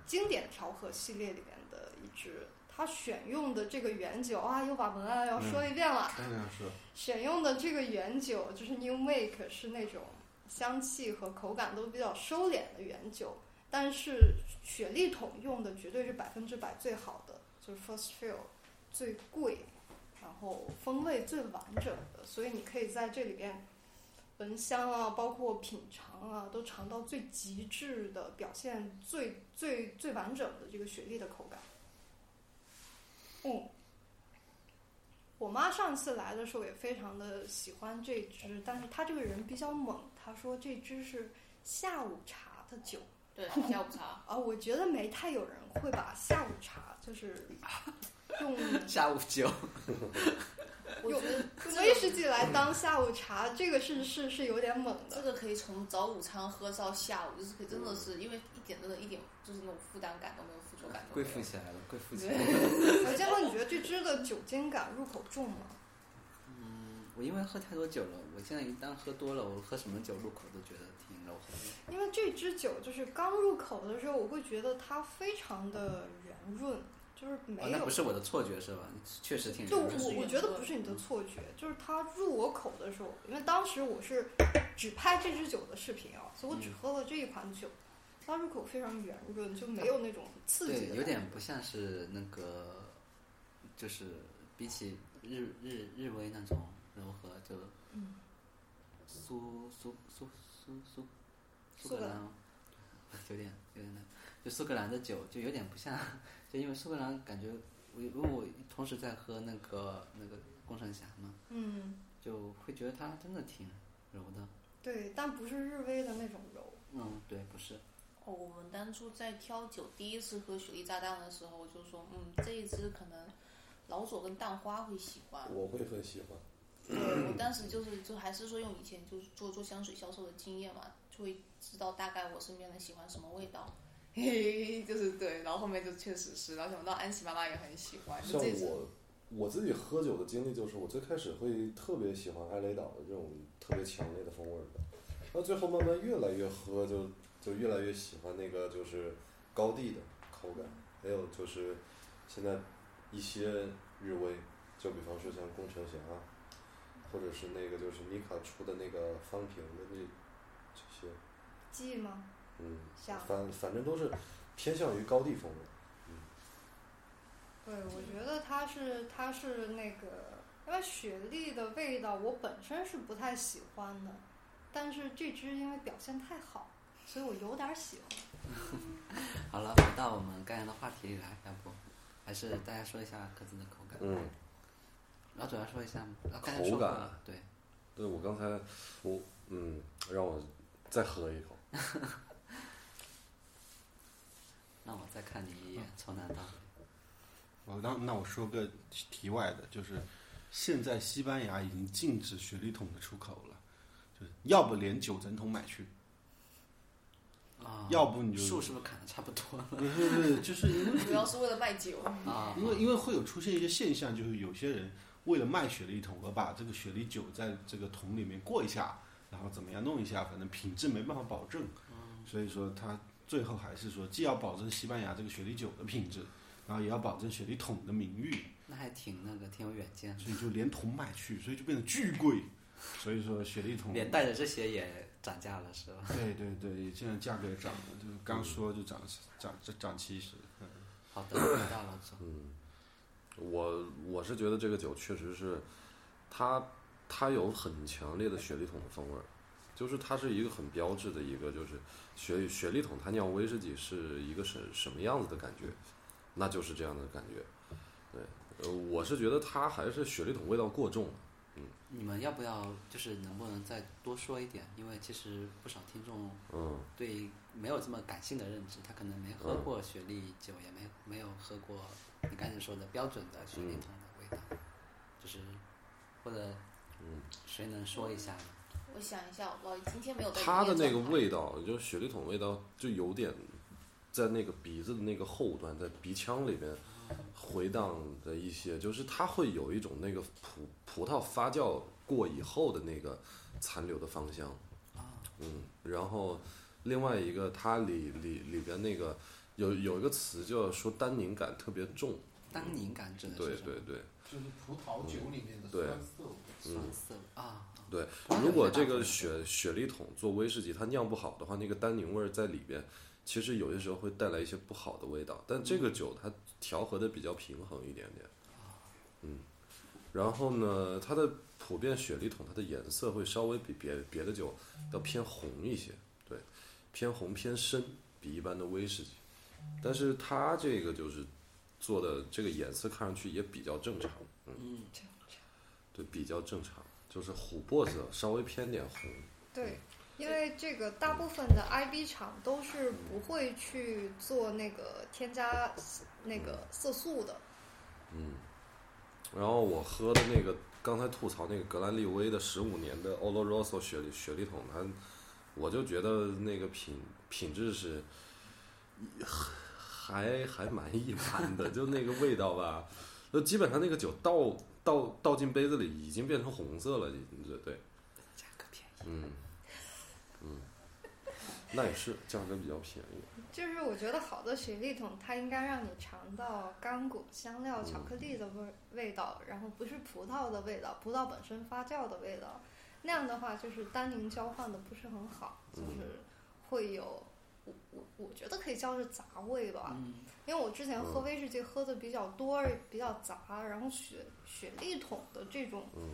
S5: 经典调和系列里面的一支。他选用的这个原酒啊，又把文案要说一遍了。
S3: 当然是
S5: 选用的这个原酒就是 New Make，是那种香气和口感都比较收敛的原酒，但是雪莉桶用的绝对是百分之百最好的，就是 First Fill 最贵，然后风味最完整的，所以你可以在这里边闻香啊，包括品尝啊，都尝到最极致的表现最最最完整的这个雪莉的口感。嗯，我妈上次来的时候也非常的喜欢这支，但是她这个人比较猛，她说这支是下午茶的酒
S2: 对，下午茶。
S5: 啊，我觉得没太有人会把下午茶 就是用
S1: 下午酒，
S2: 我觉得这
S5: 威
S2: 个
S5: 士忌来当下午茶，这个是是是有点猛
S2: 这 个
S5: 的。
S2: 可以从早午餐喝到下午，就是可以真的是因为一点真的一点就是那种负担感都没有，负重感都
S1: 贵
S2: 没
S1: 妇
S2: 有。
S1: 起来了，贵妇起来了。
S2: 对，
S5: 我建问你觉得这支的酒精感入口重吗？
S1: 嗯，我因为喝太多酒了，我现在一旦喝多了，我喝什么酒入口都觉得挺柔和的。
S5: 因为这支酒就是刚入口的时候，我会觉得它非常的圆润，就是
S1: 哦，
S5: 没有
S1: 那不是我的错觉是吧？确实挺
S5: 就
S1: 柔
S5: 我
S1: 和的。
S5: 我觉得不是你的嗯错觉，就是它入我口的时候，因为当时我是只拍这支酒的视频啊，所以我只喝了这一款酒，它入口非常圆润，就没有那种刺激的感
S1: 对，
S5: 觉，
S1: 有点不像是那个，就是比起日日日威那种柔和，就
S5: 嗯
S1: 苏苏苏苏苏苏
S5: 苏
S1: 格
S5: 格
S1: 兰， 有点有点那，就苏格兰的酒就有点不像，就因为苏格兰感觉我因为我同时在喝那个那个工程侠嘛，
S5: 嗯，
S1: 就会觉得它真的挺柔的。
S5: 对，但不是日威的那种柔。
S1: 嗯，对，不是，
S2: 哦，我们当初在挑酒，第一次喝雪莉炸弹的时候，就说，嗯，这一支可能老左跟蛋花会喜欢。
S4: 我会很喜欢。
S2: 对，我当时就是就还是说用以前就是做做香水销售的经验嘛，就会知道大概我身边人喜欢什么味道。嘿嘿嘿，就是对，然后后面就确实是，然后想到安琪妈妈也很喜欢，就
S4: 像
S2: 这支
S4: 我我自己喝酒的经历就是，我最开始会特别喜欢艾雷岛的这种特别强烈的风味儿的，然后最后慢慢越来越喝就就越来越喜欢那个就是高地的口感，还有就是现在一些日威，就比方说像工程侠啊，或者是那个就是米卡出的那个方瓶的那这些，
S5: 记吗？
S4: 嗯，
S5: 像
S4: 反反正都是偏向于高地风味儿。
S5: 对，我觉得它是它是那个，因为雪莉的味道我本身是不太喜欢的，但是这支因为表现太好，所以我有点喜欢。
S1: 好了，回到我们刚才的话题里来，要不还是大家说一下各自的口感。
S4: 嗯，
S1: 老主要说一下吗？啊刚才
S4: 口
S1: 说过
S4: 感
S1: 了对，
S4: 对，我刚才我嗯，让我再喝一口。
S1: 让我再看你一眼，从南到
S3: 哦，那那我说个题题外的，就是现在西班牙已经禁止雪莉桶的出口了，就是要不连九整桶买去，
S1: 啊，
S3: 要不你就
S1: 树是不是砍的差不多 了
S3: 不是不是，就是因为
S2: 主要是为了卖酒。
S1: 啊？
S3: 因为因为会有出现一些现象，就是有些人为了卖雪梨桶而把这个雪梨酒在这个桶里面过一下，然后怎么样弄一下，反正品质没办法保证，
S1: 嗯
S3: 所以说他最后还是说既要保证西班牙这个雪梨酒的品质，然后也要保证雪梨桶的名誉，
S1: 那还挺那个，挺有远见，
S3: 所以就连桶买去，所以就变得巨贵，所以说雪梨
S4: 嗯
S3: 桶
S1: 连带着这些也涨价了是吧？
S3: 对对对，现在价格也涨了，就是刚说就涨涨涨涨七十，嗯
S1: 好的，回到老总，
S4: 嗯我我是觉得这个酒确实是，它它有很强烈的雪利桶的风味儿，就是它是一个很标志的一个，就是雪雪利桶它酿威士忌是一个什什么样子的感觉，那就是这样的感觉。对，呃，我是觉得它还是雪利桶味道过重了。
S1: 你们要不要就是能不能再多说一点？因为其实不少听众
S4: 嗯，
S1: 对没有这么感性的认知，他可能没喝过雪莉酒，也没没有喝过你刚才说的标准的雪莉桶的味道，就是或者
S4: 嗯
S1: 谁能说一下呢？
S2: 我想一下，我今天没有被
S4: 它的
S2: 捏
S4: 那个
S2: 状态
S4: 味道，就是雪利桶味道，就有点在那个鼻子的那个后端，在鼻腔里边回荡的一些，就是它会有一种那个葡葡萄发酵过以后的那个残留的芳香。嗯，然后另外一个，它里里里边那个有有一个词叫说单宁感特别重。
S1: 当宁感指的
S4: 对
S1: 是什么？
S4: 对对
S7: 就是葡萄酒里面的
S4: 对嗯
S7: 酸涩味。
S1: 酸涩啊，
S4: 对
S1: 葡萄，酒
S4: 如果
S1: 最大的
S4: 这个
S1: 问题
S4: 雪雪莉桶做威士忌，它酿不好的话，那个单宁味儿在里边，其实有些时候会带来一些不好的味道。但这个酒它调和的比较平衡一点点，嗯，然后呢，它的普遍雪莉桶它的颜色会稍微比别别的酒要偏红一些，对，偏红偏深，比一般的威士忌。但是它这个就是做的这个颜色看上去也比较正常，
S1: 嗯，
S4: 对，比较正常，就是琥珀色，稍微偏点红。嗯
S5: 对，因为这个大部分的 IB 厂都是不会去做那个添加那个色素的。
S4: 然后我喝的那个刚才吐槽那个格兰利威的十五年的 Oloroso 雪莉雪莉桶，它我就觉得那个品品质是还还蛮一般 的，就那个味道吧，就基本上那个酒倒倒倒进杯子里已经变成红色了，你这对，
S1: 价格便宜。
S4: 嗯嗯，那也是价格比较便宜。
S5: 就是我觉得好的雪莉桶，它应该让你尝到干果、香料、巧克力的味味道，然后不是葡萄的味道，葡萄本身发酵的味道。那样的话，就是单宁交换的不是很好，就是
S4: 嗯
S5: 会有我我我觉得可以叫是杂味吧。
S4: 啊
S1: 嗯，
S5: 因为我之前喝威士忌喝的比较多，而比较杂，然后雪雪莉桶的这种、
S4: 嗯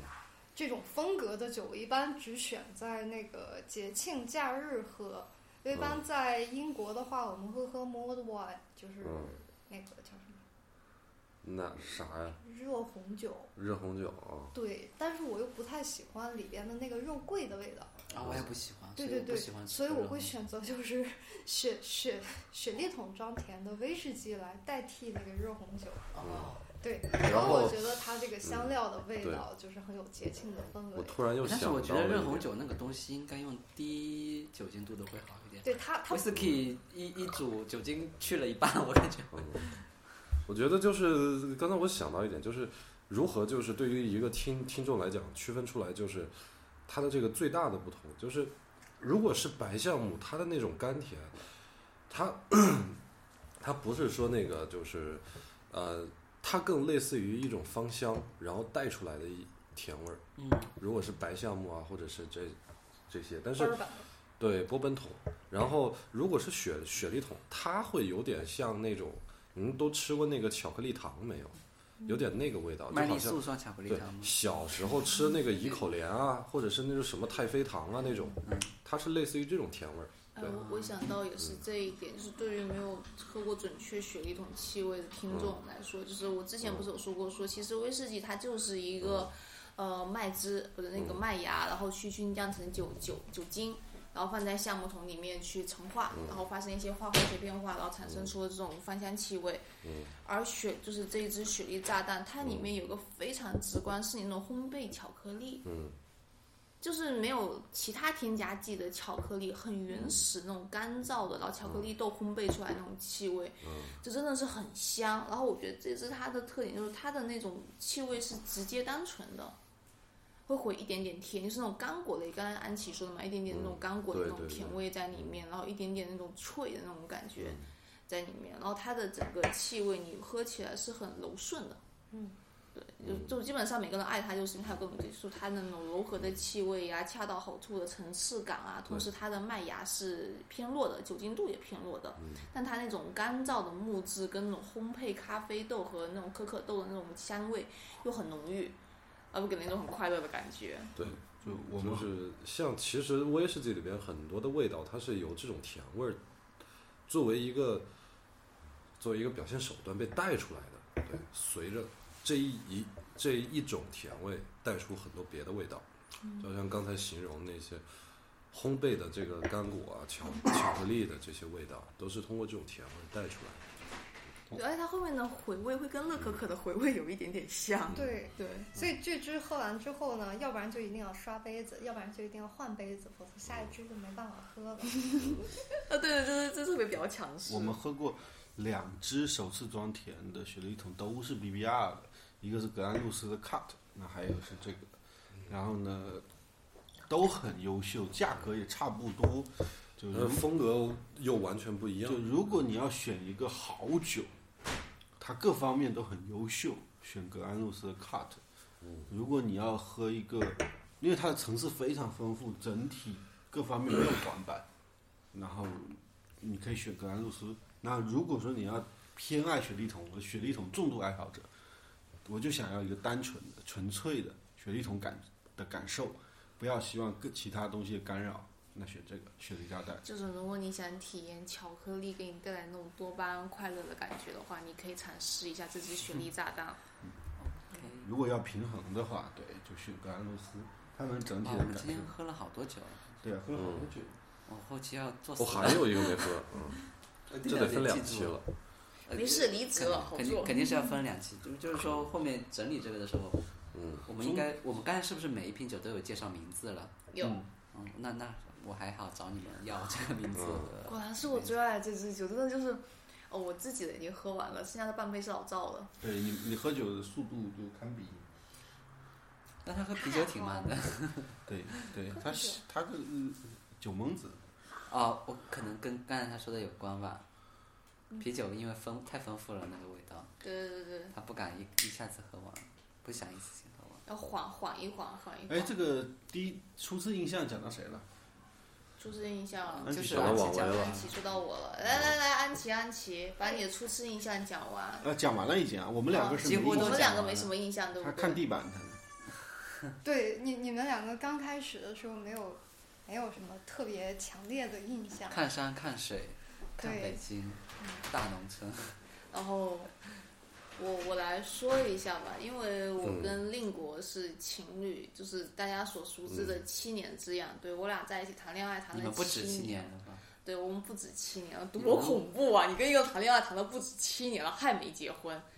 S5: 这种风格的酒，我一般只选在那个节庆假日喝。因
S1: 嗯
S5: 为一般在英国的话，我们会喝 mulled wine，就是
S4: 嗯
S5: 那个叫什么
S4: 那啥呀，
S5: 热红酒。
S4: 热红酒啊，
S5: 对，但是我又不太喜欢里边的那个肉桂的味道，
S1: 啊，
S4: 嗯
S1: 我也不喜欢，所
S5: 对
S1: 以
S5: 对
S1: 我
S5: 对
S1: 不喜欢，吃
S5: 所以
S1: 这
S5: 我
S1: 种
S5: 会选择就是雪雪雪莉桶装甜的威士忌来代替那个热红酒。
S4: 嗯
S1: 哦，
S5: 对，
S4: 然
S5: 然后
S4: 后
S5: 我觉得它这个香料的味道就是很有节庆的氛
S4: 我
S5: 围。
S4: 突然嗯又
S1: 哦但是
S4: 想到
S1: 我
S4: 了一
S1: 觉得热
S4: 点。
S1: 红酒那个东西应该用低酒精度的会好一点。
S5: 对它，它
S1: 威士忌一一组酒精去了一半，我感觉
S4: 嗯，我觉得就是刚才我想到一点，就是如何就是对于一个听听众来讲区分出来，就是它的这个最大的不同，就是如果是白橡木，它的那种甘甜，它它不是说那个就是呃，它更类似于一种芳香，然后带出来的一甜味儿。
S1: 嗯，
S4: 如果是白橡木啊，或者是这这些，但是
S5: 波尔本
S4: 对，波本桶。然后如果是雪雪梨桶，它会有点像那种，你们都吃过那个巧克力糖没有？有点那个味道，就
S1: 麦
S4: 好
S1: 丽
S4: 像
S1: 素双巧克力
S4: 对
S1: 糖吗？
S4: 小时候吃那个怡口莲啊，或者是那种什么太妃糖啊那种，
S1: 嗯
S4: 它是类似于这种甜味儿。
S2: 哎，
S4: 对
S2: 我我想到也是这一点，就是对于没有喝过准确雪梨桶气味的听众来说，就是我之前不是有说过说，其实威士忌它就是一个，呃，麦汁不是那个麦芽，然后去去酿成酒酒酒精，然后放在橡木桶里面去陈化，然后发生一些化学变化，然后产生出了这种芳香气味。而雪就是这一只雪莉炸弹，它里面有个非常直观，是你那种烘焙巧克力。
S4: 嗯，
S2: 就是没有其他添加剂的巧克力，很
S4: 嗯
S2: 原始那种干燥的，然后巧克力豆烘焙出来那种气味，
S4: 嗯
S2: 就真的是很香。然后我觉得这支它的特点就是它的那种气味是直接单纯的，会回一点点甜，就是那种干果类。刚才安琪说的嘛，一点点那种干果的那
S4: 嗯对
S2: 种
S4: 对对嗯
S2: 甜味在里面，然后一点点那种脆的那种感觉在里面，然后它的整个气味你喝起来是很柔顺的。就
S3: 嗯
S2: 就基本上每个人爱它，就是因为它有各种技术，它的那种柔和的气味呀、恰到好处的层次感啊，同时它的麦芽是偏弱的，酒精度也偏弱的，
S3: 嗯
S2: 但它那种干燥的木质跟那种烘焙咖啡豆和那种可可豆的那种香味又很浓郁，而不给人一种很快乐的感觉。
S3: 就我
S1: 嗯
S4: 就
S3: 们
S4: 是像其实威士忌里边很多的味道，它是由这种甜味儿作为一个作为一个表现手段被带出来的。对，随着这一一这一种甜味带出很多别的味道，就像刚才形容那些烘焙的这个干果啊、巧巧克力的这些味道，都是通过这种甜味带出来的。
S2: 对，而且它后面的回味会跟乐可可的回味有一点点
S3: 嗯
S2: 像。
S5: 对，
S2: 对，
S5: 所以这支喝完之后呢，要不然就一定要刷杯子，要不然就一定要换杯子，否则下一支就没办法喝了。
S2: 啊，对对对，这这特别比较强势。
S3: 我们喝过两支首次装填的雪梨桶，都是 BBR 的，一个是格兰露斯的 Cut，那还有是这个，然后呢都很优秀，价格也差不多，就
S4: 呃，
S3: 如
S4: 风格又完全不一样
S3: 嗯就。如果你要选一个好酒，它各方面都很优秀，选格兰露斯的 Cut。如果你要喝一个，因为它的层次非常丰富，整体各方面没有短 板，然后你可以选格兰露斯。那如果说你要偏爱雪莉桶，我雪莉桶重度爱好者，我就想要一个单纯的、纯粹的雪莉桶感的感受，不要希望各其他东西的干扰。那选这个雪梨加带。
S2: 就是如果你想体验巧克力给你带来那种多巴胺快乐的感觉的话，你可以尝试一下这支雪梨炸弹。
S3: 嗯
S1: 嗯
S3: 如果要平衡的话，对，就选格兰露斯，它能
S4: 嗯
S3: 整体
S1: 哦，
S3: 的
S1: 我
S3: 感
S1: 们今
S3: 受
S1: 天。喝了好多酒，
S3: 对啊，喝了好多酒。
S1: 我后期要做死
S4: 我、
S1: 了。
S4: 哦还有一个没喝，嗯
S1: 我
S4: 这
S1: 定
S4: 得
S1: 得
S4: 分两
S1: 记住
S4: 期了。
S1: 呃
S2: 没事离职了
S1: 肯
S2: 好做
S1: 定肯定是要分两期，就就是说后面整理这个的时候，
S4: 嗯，
S1: 我们应该我们刚才是不是每一瓶酒都有介绍名字了？
S2: 有，
S1: 嗯，那那我还好找你们要这个名字
S4: 嗯
S1: 的。
S2: 果然是我最爱的这支酒，真的就是，哦，我自己的已经喝完了，剩下的半杯是老赵的。
S3: 对你，你喝酒的速度就堪比。
S1: 但他喝啤酒挺慢的。
S3: 对对，他是他个、嗯酒蒙子，
S1: 哦，我可能跟刚才他说的有关吧。
S2: 嗯
S1: 啤酒因为丰太丰富了那个味道，
S2: 对对对对，
S1: 他不敢一一下子喝完，不想一次性喝完。
S2: 要缓缓一缓，缓一
S1: 嗯
S3: 哎，
S2: 缓。
S3: 这个第一初次印象讲到谁了？
S2: 初次印象，
S3: 安
S1: 就
S3: 琪
S1: 是
S3: 讲
S1: 安
S3: 完
S1: 琪
S4: 往
S1: 讲
S4: 回
S1: 的
S4: 了
S2: 安琪说到我了，来来来，安琪安琪，把你的初次印象讲完。
S3: 呃，讲完了已经啊，我们两个
S2: 啊
S3: 是
S1: 几
S3: 没
S1: 乎
S3: 印
S1: 都
S2: 我
S3: 象
S2: 们两
S1: 讲
S2: 个
S1: 完
S2: 没
S1: 了
S2: 什么印象，对不
S3: 他看
S2: 对？
S3: 地板他
S5: 对你你们两个刚开始的时候没有没有什么特别强烈的印象，
S1: 看山看水，看
S5: 对
S1: 北京，大农村。
S2: 然后我我来说一下吧，因为我跟令国是情侣，就是大家所熟知的七年之痒。对我俩在一起谈恋爱谈
S1: 你
S2: 了
S1: 们不止
S2: 七
S1: 七年了吧？
S2: 对我们不止七年了，多恐怖啊！你跟一个谈恋爱谈了不止七年了，还没结婚。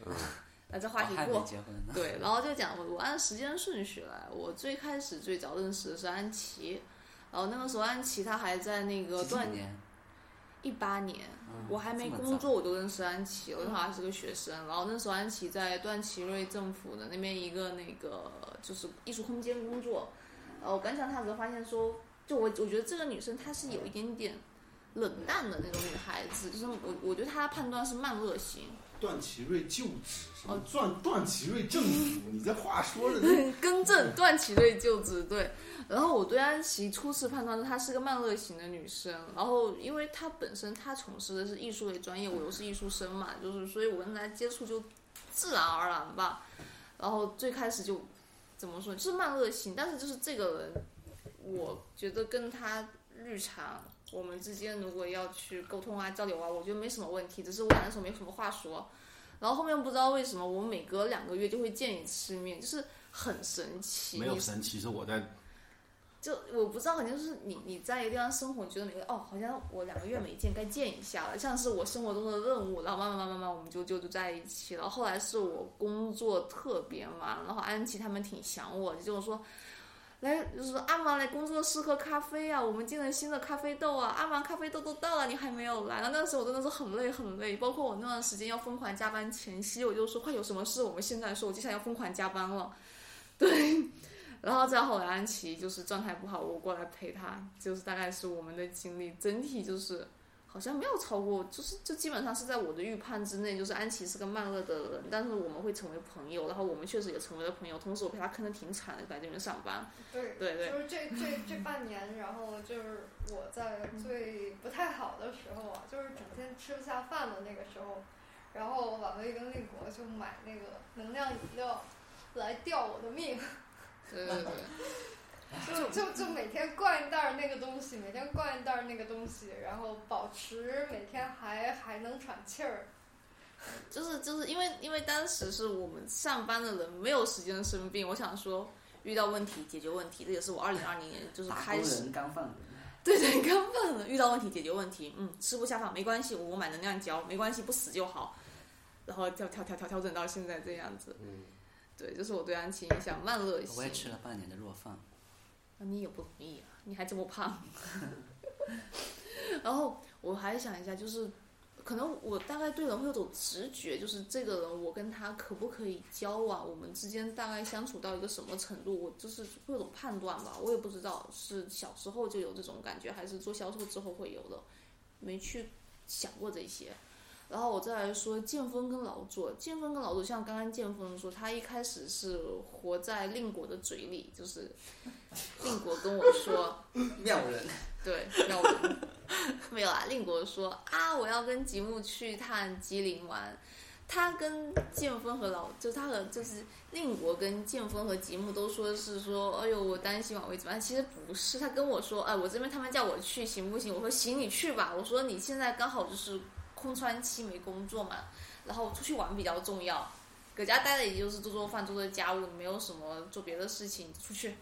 S2: 那这话题
S1: 哦还
S2: 过
S1: 没结婚呢。
S2: 对，然后就讲我我按时间顺序来，我最开始最早认识的是安琪，然后那个时候安琪她还在那个
S1: 几几
S2: 断
S1: 年？
S2: 一八年，
S1: 嗯
S2: 我还没
S1: 这么
S2: 工
S1: 早
S2: 作我就认识安琪，我那时候还是个学生。然后那时候安琪在段祺瑞政府的那边一个那个就是艺术空间工作。呃，我刚上她的时候发现说，就我我觉得这个女生她是有一点点冷淡的那种女孩子，就是我我对她的判断是慢热型，
S7: 段祺瑞旧址，什么
S2: 哦
S7: 段段祺瑞正府，你这话说 的
S2: 对，更正段祺瑞就职对。然后我对安琪初次判断是她是个慢热型的女生，然后因为她本身她从事的是艺术类专业，我又是艺术生嘛，就是所以我跟她接触就自然而然吧。然后最开始就怎么说，就是慢热型，但是就是这个人，我觉得跟她日常我们之间如果要去沟通啊、交流啊，我觉得没什么问题，只是我俩那时候没什么话说。然后后面不知道为什么，我每隔两个月就会见一次面，就是很神奇。
S3: 没有
S2: 你
S3: 神奇，是我在
S2: 就我不知道，好像就是你你在一个地方生活，你觉得每个哦，好像我两个月没见，该见一下了，像是我生活中的任务，然后慢慢慢慢慢慢，我们就就就在一起了。后来是我工作特别忙，然后安琪他们挺想我，就跟我说。来就是说阿芒来工作室喝咖啡啊，我们进了新的咖啡豆啊，阿芒咖啡豆都到了，你还没有来。然后那个时候我真的是很累很累，包括我那段时间要疯狂加班前夕，我就说快有什么事我们现在说，我接下来要疯狂加班了，对。然后再后来安琪就是状态不好，我过来陪她，就是大概是我们的经历，整体就是好像没有超过，就是就基本上是在我的预判之内。就是安琪是个慢热的人，但是我们会成为朋友，然后我们确实也成为了朋友。同时我陪她坑的挺惨的，来这边上班，
S5: 对
S2: 对对
S5: 就是这这这半年，然后就是我在最不太好的时候啊，就是整天吃不下饭的那个时候，然后婉薇跟立国就买那个能量饮料来吊我的命，
S2: 对对对。
S5: 就就就每天灌一袋儿那个东西，每天灌一袋儿那个东西，然后保持每天还还能喘气儿，
S2: 就是就是因为因为当时是我们上班的人没有时间生病，我想说遇到问题解决问题，这也是我二零二零年就是
S1: 打
S2: 开
S1: 工
S2: 始
S1: 人刚放人，
S2: 对对，刚问了，遇到问题解决问题，嗯，吃不下饭没关系，我买能量胶没关系，不死就好。然后调调调调调整到现在这样子，
S4: 嗯，
S2: 对，这是我对安琪影响，慢热
S1: 我也
S2: 型。
S1: 吃了半年的弱饭，
S2: 那你也不容易啊，你还这么胖。 然后我还想一下，就是可能我大概对人会有种直觉，就是这个人我跟他可不可以交往，我们之间大概相处到一个什么程度，我就是会有种判断吧。我也不知道是小时候就有这种感觉，还是做销售之后会有的，没去想过这些。然后我再来说剑锋跟老左，剑锋跟老左，像刚刚剑锋说，他一开始是活在令国的嘴里，就是令国跟我说，
S1: 妙人，
S2: 对，让我 没有啊。令国说啊，我要跟吉木去趟吉林玩。他跟剑锋和老，就他和就是令国跟剑锋和吉木都说是说，哎呦，我担心晚薇怎么样？其实不是，他跟我说，哎，我这边他们叫我去，行不行？我说行，你去吧。我说你现在刚好就是空窗期没工作嘛，然后出去玩比较重要，搁家待着也就是做做饭、做做家务，没有什么做别的事情，出去。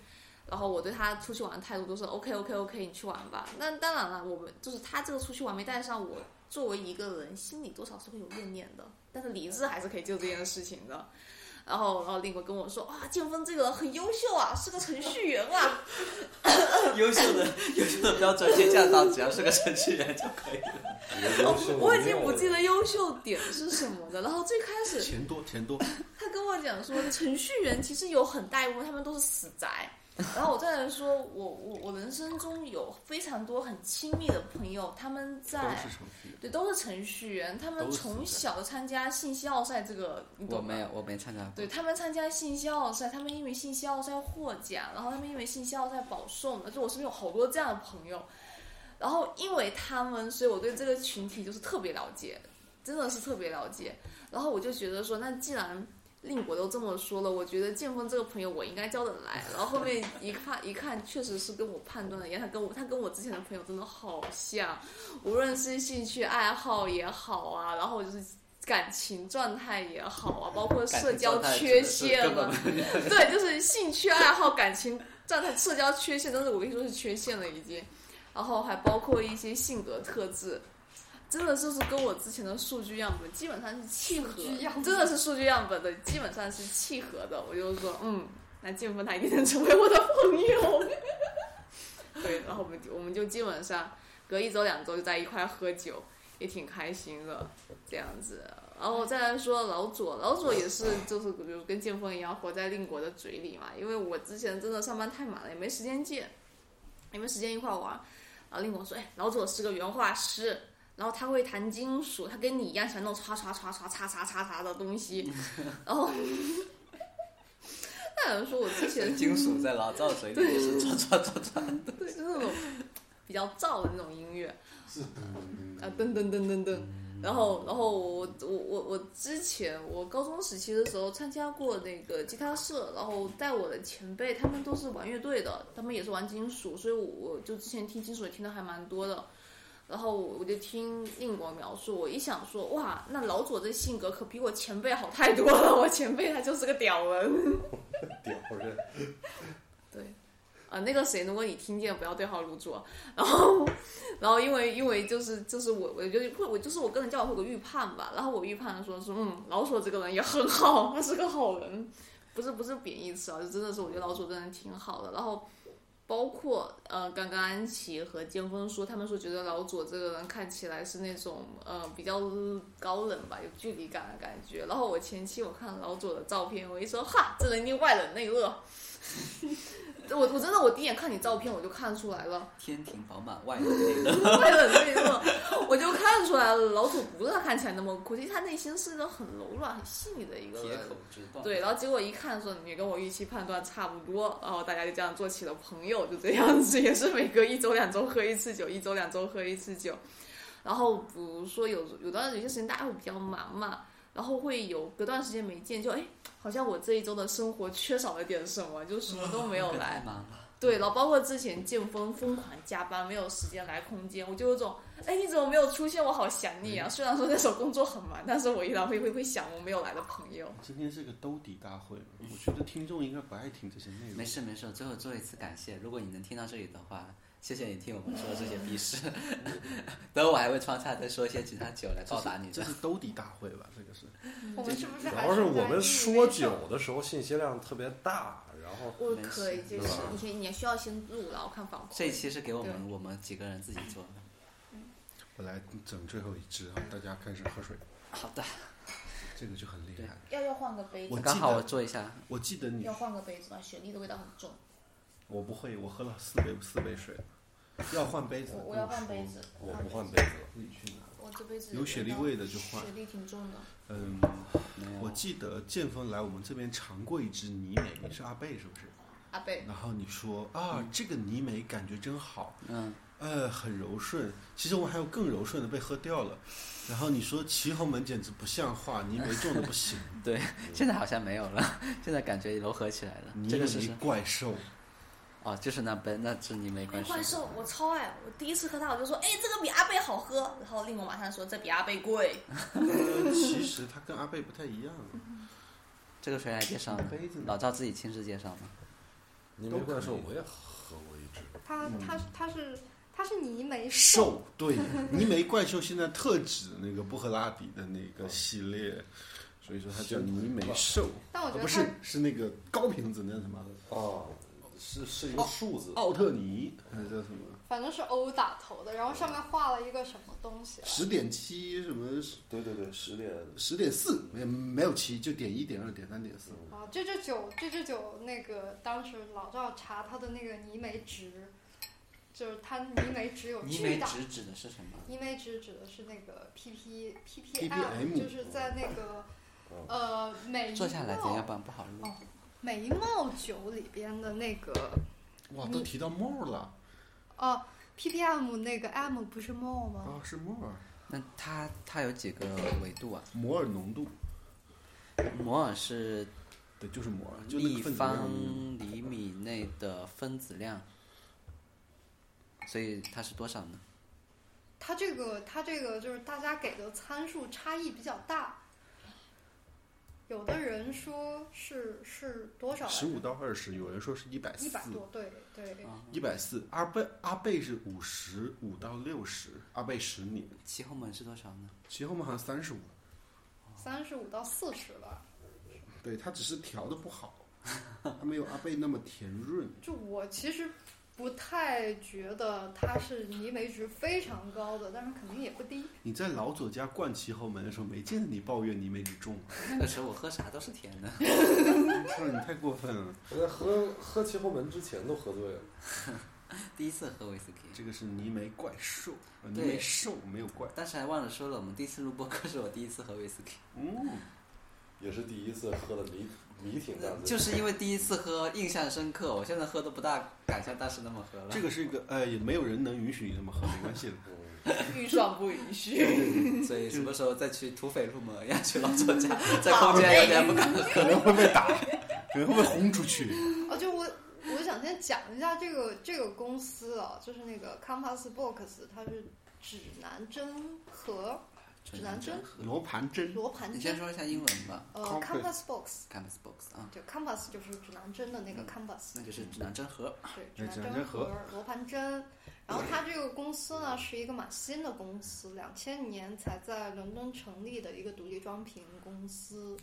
S2: 然后我对他出去玩的态度都是 OK OK OK，你去玩吧。那当然了，我们就是他这个出去玩没带上我，作为一个人，心里多少是会有怨念的，但是理智还是可以做这件事情的。然后，然后令国跟我说：“啊，建峰这个人很优秀啊，是个程序员啊。
S1: 优秀的优秀的标准就降到只要是个程序员就可以了。
S4: 我觉得是
S2: 我已经不记
S4: 没有
S2: 得优秀点是什么了。然后最开始
S3: 钱多钱多，
S2: 他跟我讲说，程序员其实有很大一部分他们都是死宅。然后我再来说，我我我人生中有非常多很亲密的朋友，他们在
S3: 都是程序员。
S2: 对，都是程序员，他们
S3: 都是
S2: 从小参加信息奥赛，这个你
S1: 我
S2: 懂吗
S1: 没？有，我没参加过。
S2: 对他们参加信息奥赛，他们因为信息奥赛获奖，然后他们因为信息奥赛保送的，就我身边有好多这样的朋友。然后因为他们，所以我对这个群体就是特别了解，真的是特别了解。然后我就觉得说，那既然令国都这么说了，我觉得剑锋这个朋友我应该交得来。然后后面一看一看，确实是跟我判断的一样，他跟我他跟我之前的朋友真的好像，无论是兴趣爱好也好啊，然后就是感情状态也好啊，包括
S1: 感
S2: 社
S1: 情
S2: 交
S1: 状态
S2: 缺
S1: 是
S2: 陷
S1: 根
S2: 啊
S1: 本，没有
S2: 对，就是兴趣爱好、感情状态、社交缺陷，但是我跟你说是缺陷了已经。然后还包括一些性格特质，真的就是跟我之前的数据样本基本上是契合
S5: 数据样，本
S2: 真的是数据样本的，基本上是契合的。我就说，嗯，那建峰他一定能成为我的朋友。 对，然后我们就我们就基本上隔一周两周就在一块喝酒，也挺开心的。这样子。然后再来说老左，老左也是就是比如跟剑锋一样活在令国的嘴里嘛，因为我之前真的上班太忙了，也没时间见，也没时间一块玩。然后令国说：“哎，老左是个原画师，然后他会弹金属，他跟你一样喜欢那种刷刷刷刷擦擦擦擦的东西。”然后，那有人说我之前
S1: 金属在老赵嘴里也是 抓抓抓抓。
S2: 对，就是那种比较燥的那种音乐，
S7: 是
S2: 啊，噔噔噔噔噔。然后，然后我我我我之前我高中时期的时候参加过那个吉他社，然后带我的前辈他们都是玩乐队的，他们也是玩金属，所以我我就之前听金属也听的还蛮多的。然后我就听令国描述，我一想说，哇，那老左这性格可比我前辈好太多了，我前辈他就是个屌人。
S4: 屌人，
S2: 对，啊，那个谁，如果你听见，不要对号入座。然后， 然后因为因为就是就是我，我就会我就是我跟人交往会有个预判吧，然后我预判说是嗯，老索这个人也很好，他是个好人，不是不是贬义词啊，就真的是我觉得老鼠真的挺好的。然后包括呃，刚刚安琪和尖峰说，他们说觉得老左这个人看起来是那种呃比较高冷吧，有距离感的感觉。然后我前期我看老左的照片，我一说哈，这人一定外冷内热。我我真的我第一眼看你照片我就看出来了，
S1: 天庭饱满外冷内热，
S2: 为了那个， 我就看出来了，老祖不是他看起来那么酷，其实他内心是一个很柔软、很细腻的一个
S1: 铁
S2: 人。
S1: 口直断。
S2: 对，然后结果一看说你跟我预期判断差不多，然后大家就这样做起了朋友，就这样子， 也是每隔一周两周喝一次酒，一周两周喝一次酒。然后比如说有有段有些时间大家会比较忙嘛，然后会有隔段时间没见，就哎，好像我这一周的生活缺少了点什么，就什么都没有来
S1: 太。忙了，
S2: 对，然后包括之前建峰疯狂加班，没有时间来空间，我就有种，哎，你怎么没有出现？我好想你 啊！虽然说那时候工作很忙，但是我依然会会会想我没有来的朋友。
S3: 今天是个兜底大会，我觉得听众应该不爱听这些内
S1: 嗯
S3: 容
S1: 没。事没事，最后做一次感谢。如果你能听到这里的话，谢谢你听我们说这些逼事。 等会我还会穿插再说一些其他酒来报答你
S3: 这
S1: 的。
S3: 是兜底大会吧？这个是。
S5: 我们是不是
S4: 主
S5: 还
S4: 要是
S5: 在
S4: 我们
S5: 意
S4: 说
S5: 为
S4: 酒的时候信息量特别大，然后
S2: 我
S1: 没
S2: 可以，
S1: 事
S2: 就是
S4: 是吧
S2: 你可以，你需要先录，然后看反馈。
S1: 这一期是给我们
S2: 对
S1: 我们几个人自己做的。
S3: 我来整最后一支啊，大家开始喝水，
S1: 好的，
S3: 这个就很厉害。
S2: 要要换个杯
S3: 我
S2: 子，
S1: 刚好我做一下。
S3: 我记得你
S2: 要，换个杯子吧，雪莉的味道很重。
S3: 我不会，我喝了四杯四杯水了，要换杯子。
S2: 我我要换杯子，啊
S4: 我不换杯子了。
S3: 自己去拿。
S2: 我这杯子
S3: 有雪莉味的就换
S2: 雪莉挺重的。
S3: 嗯，
S1: 没有
S3: 我记得建峰来我们这边尝过一支泥煤，你是阿贝是不是？
S2: 阿贝，
S3: 然后你说啊，这个泥煤感觉真好，
S1: 嗯，
S3: 呃，很柔顺。其实我还有更柔顺的被喝掉了。然后你说齐红门简直不像话，泥煤重的不 行，
S1: 现在好像没有了，现在感觉柔和起来了。
S3: 泥
S1: 这个是
S3: 煤
S1: 是
S3: 怪兽。
S1: 哦，就是那杯，那是你没
S2: 哎
S1: 关系。
S2: 怪兽，我超爱！我第一次喝它，我就说，哎，这个比阿贝好喝。然后令我马上说，这比阿贝贵。
S3: 呃其实它跟阿贝不太一样。
S1: 这个谁来介绍呢
S3: 杯子？呢
S1: 老赵自己亲自介绍吗？
S4: 泥煤怪兽我也喝过一支，
S5: 它它
S4: 嗯
S5: 是它是它是泥煤兽，
S3: 兽对，泥煤怪兽现在特指那个布赫拉底的那个系列，所以说它叫泥煤兽，
S5: 但我
S3: 啊
S5: 觉得
S3: 不
S5: 它
S3: 是是那个高瓶子那叫什么
S4: 啊，是是一个数字，
S3: 奥特尼还是叫什么
S5: 反正是 O 打头的，然后上面
S1: 嗯
S5: 画了一个什么东西来，啊
S3: 十点七什么
S4: 对对对，十点
S3: 十点四没没有七就点一点二点三点四，
S5: 啊，这支酒，这支酒，那个当时老赵查它的那个泥煤值，就是它泥煤值有
S1: 泥
S5: 巨
S1: 煤
S5: 大。
S1: 指指的是什么？
S5: 泥煤值指的是那个 P P P P
S3: PPM
S5: 就是在那个
S4: 嗯
S5: 呃每一
S1: 哦坐下来怎样，
S5: 帽
S1: 不然不好录
S5: 哦。每一帽酒里边的那个
S3: 哇，
S5: 你
S3: 都提到沫儿了
S5: 哦 P P M 那个 M 不是帽吗？
S3: 啊，是沫儿，
S1: 那它它有几个维度啊？
S3: 摩尔浓度，
S1: 摩尔是
S3: 对，就是摩尔，就那个
S1: 立
S3: 分子量
S1: 方厘米内的分子量，所以它是多少呢？
S5: 它这个它这个就是大家给的参数差异比较大，有的人说是是多少来着？
S3: 十五到二十，有人说是一百
S5: 一
S3: 四，
S5: 百多，对对。
S1: 啊，
S3: 一百四，阿贝阿贝是五十五到六十，阿贝十年，
S1: 其后门是多少呢？
S3: 其后面好像三十五，
S5: 三十五到四十吧。
S3: 对，它只是调的不好，它没有阿贝那么甜润。
S5: 就我其实不太觉得它是泥煤值非常高的，但是肯定也不低。
S3: 你在老左家灌其后门的时候，没见你抱怨你没你重，啊
S1: 那个时候我喝啥都是甜的。
S3: 说你太过分了。
S4: 我在喝喝齐后门之前都喝醉了，
S1: 第一次喝威士忌，
S3: 这个是泥煤怪兽，呃泥
S1: 对
S3: 煤兽没有怪。
S1: 但是还忘了说了，我们第一次录播客是我第一次喝威士忌，
S3: 嗯，
S4: 也是第一次喝的迷迷挺大醉，
S1: 就是因为第一次喝印象深刻，我现在喝都不大敢像当时那么喝了。
S3: 这个是一个，呃，也没有人能允许你这么喝，没关 系的。
S4: 嗯
S2: 遇上不允许。
S1: 所以什么时候再去土匪入门要去老作家，在空间有点不敢
S3: 可能会被打，可能会被轰出 去。
S5: 哦，就我我想先讲一下这个这个公司啊，就是那个 Compass Box，它是指南针和指南针、
S3: 罗盘针
S5: 罗盘
S1: 你先
S5: 针。
S1: 说一下英文吧
S5: 呃
S3: Compass
S5: ，Compass Box，
S1: ，compass box 啊，
S5: 就 Compass 就是指南针的那个 Compass，
S1: 嗯那就是指南针盒。
S5: 对，指
S3: 对指
S5: 南针
S3: 南针
S5: 和
S3: 盒
S5: 罗盘针。然后它这个公司呢是一个蛮新的公司，两千年才在伦敦成立的一个独立装瓶公司。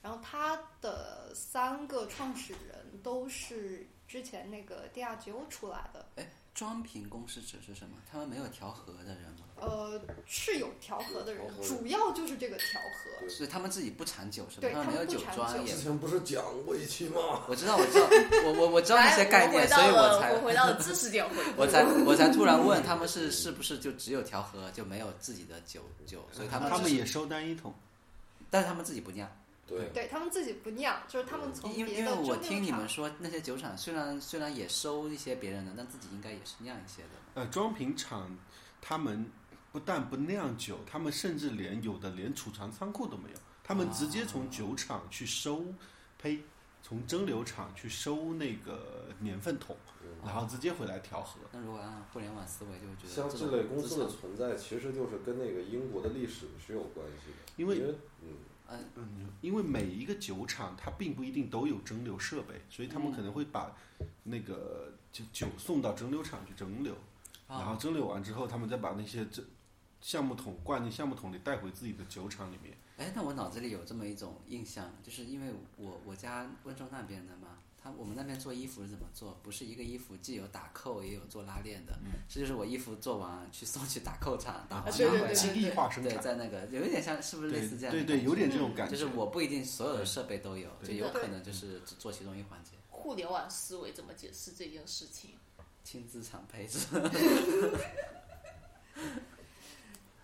S5: 然后它的三个创始人都是之前那个 D R 九出来的，
S1: 装瓶工是指是什么？他们没有调和的人吗？
S5: 呃，是有调和的人
S4: 调，和
S5: 主要就是这个调和。
S4: 对
S1: 是他们自己不产酒是吧？
S5: 对
S1: 们没有
S5: 他们不
S1: 酒
S5: 产
S1: 庄
S5: 酒
S1: 也
S4: 之。前不是讲过一期吗？
S1: 我知道，我知道，我我我知道那些概念，
S2: 来
S1: 所以我才。
S2: 哎我回到了我回到了知识点回归
S1: 我才我才突然问他们是是不是就只有调和就没有自己的酒酒，所以他们
S3: 他
S1: 只
S3: 们
S1: 是
S3: 也收单一桶，
S1: 但是他们自己不酿，
S4: 对，
S5: 对他们自己不酿，就是他们从
S1: 因为
S5: 别
S1: 因为
S5: 的
S1: 我
S5: 蒸
S1: 听
S5: 馏
S1: 你们
S5: 厂，
S1: 说那些酒厂虽然虽然也收一些别人的，但自己应该也是酿一些的。
S3: 呃，装瓶厂他们不但不酿酒，他们甚至连有的连储藏仓库都没有，他们直接从酒厂去收呸，从蒸馏厂去收那个年份桶，然后直接回来调和。
S1: 那如果按互联网思维，就会觉得
S4: 像
S1: 这
S4: 这
S1: 种
S4: 类公司的
S1: 资
S4: 存在，其实就是跟那个英国的历史是有关系的，
S3: 因
S4: 因
S3: 为
S4: 嗯，
S3: 嗯，因为每一个酒厂它并不一定都有蒸馏设备，所以他们可能会把那个就酒送到蒸馏厂去蒸馏，
S1: 产
S3: 然后
S1: 啊，
S3: 蒸馏完之后，他们再把那些这橡木桶灌进橡木桶里带回自己的酒厂里面。
S1: 哎，那我脑子里有这么一种印象，就是因为我我家温州那边的嘛，他我们那边做衣服是怎么做？不是一个衣服既有打扣也有做拉链的，
S3: 嗯
S1: 这就是我衣服做完去送去打扣厂，打
S2: 啊
S1: 完
S2: 对
S1: 拿
S2: 对
S1: 回来
S2: 对对。
S3: 极地化生
S1: 对，
S3: 产，
S1: 在那个有一点像，是不是类似这样的
S3: 对
S1: 感觉？
S3: 对，有点这种感觉。
S1: 就是我不一定所有的设备都有，就
S3: 对
S1: 有
S5: 对
S1: 可能就是只做其中一环节，
S2: 互联网思维怎么解释这件事情？
S1: 轻资产配置。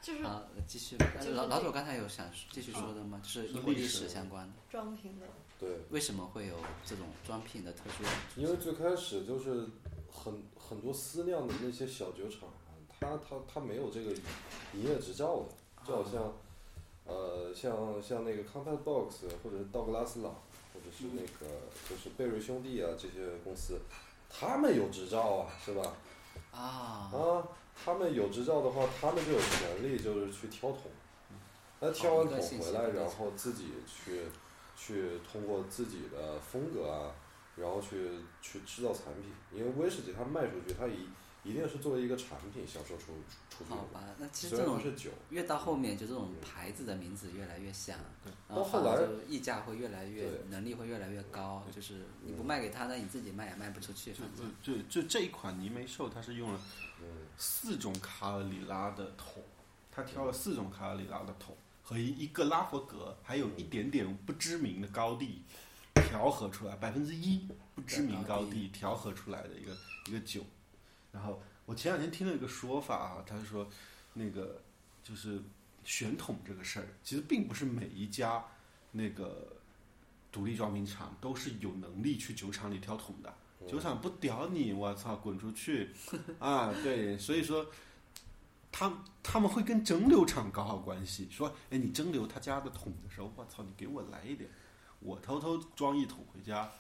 S5: 就是
S1: 好，继续。
S5: 嗯就是
S1: 老老
S5: 这
S1: 总刚才有想继续说的吗？就是英国
S3: 哦历
S1: 历
S3: 史
S1: 史相关的，
S5: 装瓶的。
S4: 对。
S1: 为什么会有这种装聘的特殊？
S4: 因为最开始就是很很多私酿的那些小酒厂啊，它它它没有这个营业执照的，就好像呃像像那个 Compact Box 或者是道格拉斯朗，或者是那个就是贝瑞兄弟啊这些公司，他们有执照啊，是吧？
S1: 啊，
S4: 啊，他们有执照的话，他们就有权利就是去挑桶，那挑
S1: 好哦
S4: 完
S1: 一个
S4: 桶
S1: 信
S4: 回
S1: 息
S4: 来，
S1: 的
S4: 然
S1: 东西
S4: 后自己去去通过自己的风格啊，然后去去制造产品，因为威士忌它卖出去，它一一定是作为一个产品销售出出去
S1: 好
S4: 的，
S1: 吧，那其实
S4: 虽
S1: 这
S4: 然
S1: 种
S4: 它是酒，
S1: 越到后面，就这种牌子的名字越来越像，然
S4: 到
S1: 后
S4: 后
S1: 反而
S4: 来
S1: 就溢价会越来越
S4: 对，
S1: 能力会越来越高，就是你不卖给他，那你自己卖也卖不出去，反正
S3: 呃就就就这一款泥煤寿，它是用了
S4: 嗯，
S3: 四种卡尔里拉的桶，它挑了四种卡尔里拉的桶和一一个拉佛格，还有一点点不知名的高地调和出来，百分之一不知名高地调和出来的一个一个酒。然后我前两天听了一个说法啊，他说那个就是选桶这个事儿，其实并不是每一家那个独立装瓶厂都是有能力去酒厂里挑桶的。
S4: 嗯
S3: 酒厂不屌你，我操，滚出 去！啊，对，所以说，他他们会跟蒸馏厂搞好关系，说，哎，你蒸馏他家的桶的时候，我操，你给我来一点，我偷偷装一桶回家。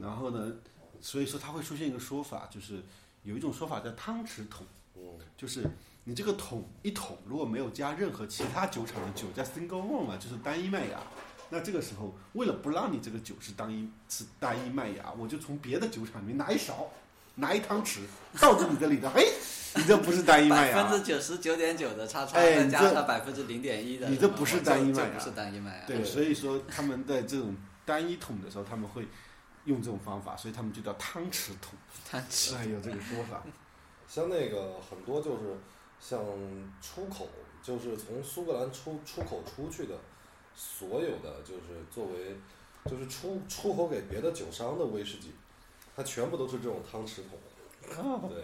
S3: 然后呢，所以说它会出现一个说法，就是有一种说法叫汤匙桶，
S4: 嗯
S3: 就是你这个桶一桶如果没有加任何其他酒厂的酒，叫 single malt 嘛，就是单一麦芽。那这个时候，为了不让你这个酒是单一是单一麦芽，我就从别的酒厂里面拿一勺，拿一汤匙倒进你的里头，哎，你这不是单一麦
S1: 百
S3: 芽啊
S1: 分，之九十九点九的叉叉，
S3: 哎
S1: 再
S3: 你
S1: 加
S3: 这
S1: 上百分之零点一的什么，
S3: 你这不是单一
S1: 就
S3: 麦
S1: 就不
S3: 芽
S1: 是单一啊麦芽，
S3: 对，所以说他们在这种单一桶的时候，他们会用这种方法，所以他们就叫汤匙 桶。
S1: 贪吃。
S3: 哎，有这个说法，
S4: 像那个很多就是像出口，就是从苏格兰出出口出去的，所有的就是作为就是出出口给别的酒商的威士忌，它全部都是这种汤匙桶
S5: 哦
S4: 的，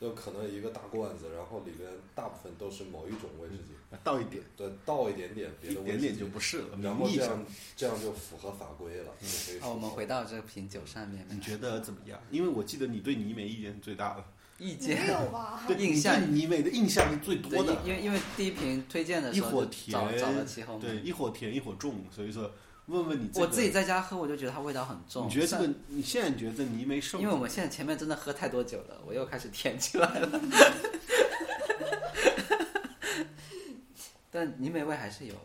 S4: 对，就可能一个大罐子，然后里边大部分都是某一种威士忌，
S3: 倒一点，
S4: 对，倒一点点别
S3: 一
S4: 的威
S3: 点
S4: 士忌，
S3: 点就不是了，
S4: 然
S3: 名
S4: 后
S3: 义
S4: 这
S3: 上
S4: 样这样就符合法规了，就
S5: 嗯哦
S4: 可以
S1: 好，我们
S4: 出口
S1: 回到这个品酒上面，
S3: 你觉得怎么样？因为我记得你对泥煤意见最大的，
S1: 意
S5: 没
S1: 见？
S5: 有吧？
S3: 对
S1: 啊印象
S3: 你对泥煤的印象是最多的
S1: 对，因为因为第一瓶推荐的时
S3: 一火
S1: 候就
S3: 甜
S1: 找找了齐红，
S3: 对，一火甜一火重，所以说问问你、这
S1: 我
S3: 个，
S1: 自己在家喝，我就觉得它味道很重。
S3: 你觉得这
S1: 像
S3: 个？你现在觉得泥煤寿
S1: 因为我们现在前面真的喝太多酒了，我又开始甜起来了。 但泥煤味还是有的，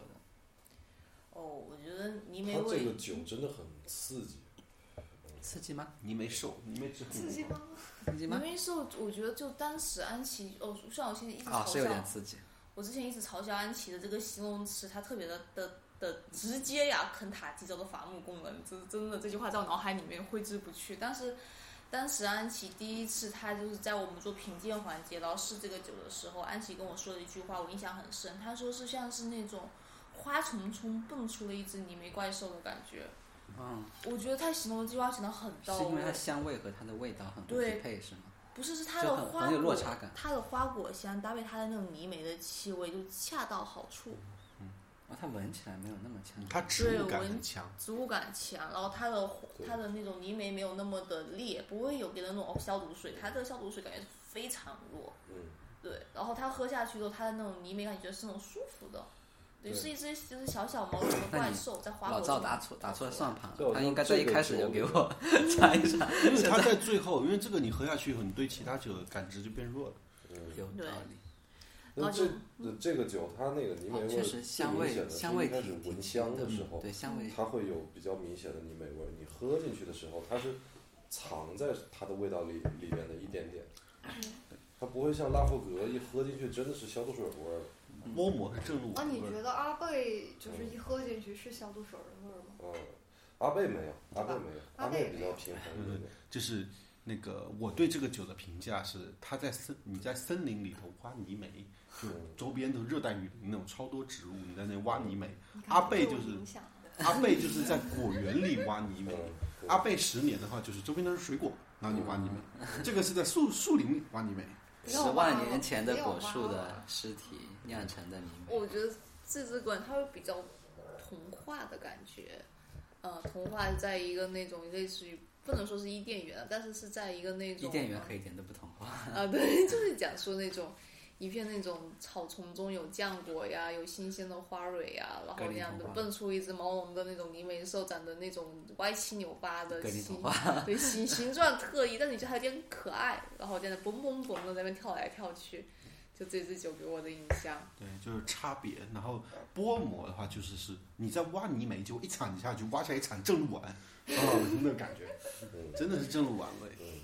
S2: 哦，我觉得泥煤
S4: 它这
S2: 味
S4: 个酒真的很刺激，
S1: 刺激吗？
S3: 泥煤寿泥煤之后
S5: 刺激吗？
S1: 刺激
S2: 因
S1: 吗？
S2: 为是我我觉得就当时安琪哦，虽然我现在一直
S1: 啊、
S2: 嘲
S1: 是有
S2: 笑
S1: 点，刺激。
S2: 我之前一直嘲笑安琪的这个形容词，它特别的的的直接呀，肯塔基州的伐木工人，这真的这句话在我脑海里面挥之不去。但是当时安琪第一次，她就是在我们做品鉴环节，然后试这个酒的时候，安琪跟我说了一句话，我印象很深。她说是像是那种花丛中蹦出了一只泥煤怪兽的感觉。
S1: 嗯，
S2: 我觉得她形容这句话形容很到
S1: 是因为它
S2: 位，
S1: 香味和它的味道很不
S2: 对
S1: 匹配，是吗？
S2: 不是是它
S1: 就
S2: 的
S1: 很
S2: 花
S1: 很有落
S2: 果
S1: 差感，
S2: 它的花果香搭配它的那种泥煤的气味，就恰到好处。
S1: 哦，它闻起来没有那么呛。
S3: 它植物感
S2: 对我
S3: 很强，
S2: 植物感强，然后它的
S4: 对
S2: 它的那种泥煤没有那么的烈，不会有给人那种哦消毒水，它这个消毒水感觉非常弱，
S4: 嗯，
S2: 对，然后它喝下去之后，它的那种泥煤感觉是那种舒服的，对，
S4: 对
S2: 是一只就是小小毛茸的怪兽在花
S1: 老
S2: 果
S1: 赵
S2: 中
S1: 打错打错了算盘
S4: 这我
S1: 了，他
S4: 就
S1: 应该在
S4: 这
S1: 一
S4: 个
S1: 开始
S4: 酒
S1: 就给
S4: 里
S1: 我查一查，
S3: 因为它在最后，因为这个你喝下去以后，你对其他酒的感知就变弱了。
S4: 嗯，
S1: 有道理。
S4: 那
S2: 然后
S4: 这
S2: 就
S4: 这这个酒它那个泥煤
S1: 哦，
S4: 味
S1: 确
S4: 儿
S1: 实
S4: 最
S1: 香
S4: 明
S1: 味
S4: 显的是
S1: 香味
S4: 一开始
S1: 挺挺
S4: 闻香的
S1: 嗯
S4: 时候，
S1: 对香味，
S4: 它会有比较明显的泥煤味儿，你喝进去的时候，它是藏在它的味道里里面的一点点，嗯它不会像拉夫格一喝进去真的是消毒水味儿，
S1: 嗯
S3: 摸摸它正入
S5: 那、
S3: 口
S5: 哦你
S3: 味儿，
S5: 觉得阿贝就是一喝进去是消毒水的味儿吗？
S4: 嗯，阿贝没有，阿贝没有，
S5: 阿
S4: 阿
S5: 贝
S4: 贝比较平衡一点，
S3: 就是那个我对这个酒的评价是，它在森你在森林里头挖泥煤，就
S4: 嗯
S3: 周边的热带雨林那种超多植物，你在那挖泥煤。
S5: 你看
S3: 阿贝
S5: 受
S3: 就是
S5: 影响啊的
S3: 阿贝就是在果园里挖泥煤，
S4: 嗯，
S3: 阿贝十年的话就是周边都是水果，然后你挖泥煤，这个是在树树林里挖泥煤。
S5: 不
S1: 十
S5: 要挖
S1: 万
S5: 了
S1: 年前
S5: 不
S1: 的
S5: 要
S1: 果
S5: 挖
S1: 树的
S5: 了
S1: 尸体酿成的泥煤，
S2: 我觉得这只馆它会比较童话的感觉，呃，童话在一个那种类似于不能说是伊甸园，但是是在一个那种
S1: 伊甸园可一点都不同化。
S2: 啊，对， 就是讲述那种一片那种草丛中有浆果呀，有新鲜的花蕊呀，然后
S1: 格
S2: 那
S1: 林
S2: 样
S1: 童
S2: 的
S1: 话
S2: 蹦出一只毛茸的那种泥煤兽，长得那种歪七扭八的
S1: 格林
S2: 形
S1: 童，
S2: 对形形状特异，但你觉得它有点可爱，然后在那蹦蹦蹦的在那边跳来跳去，就这支酒给我的印象。
S3: 对，就是差别。然后剥膜的话，就是是你在挖泥煤，就一铲一下去，挖下一铲正入碗，啊、那感觉
S4: 嗯
S3: 真的是正入碗味。
S4: 嗯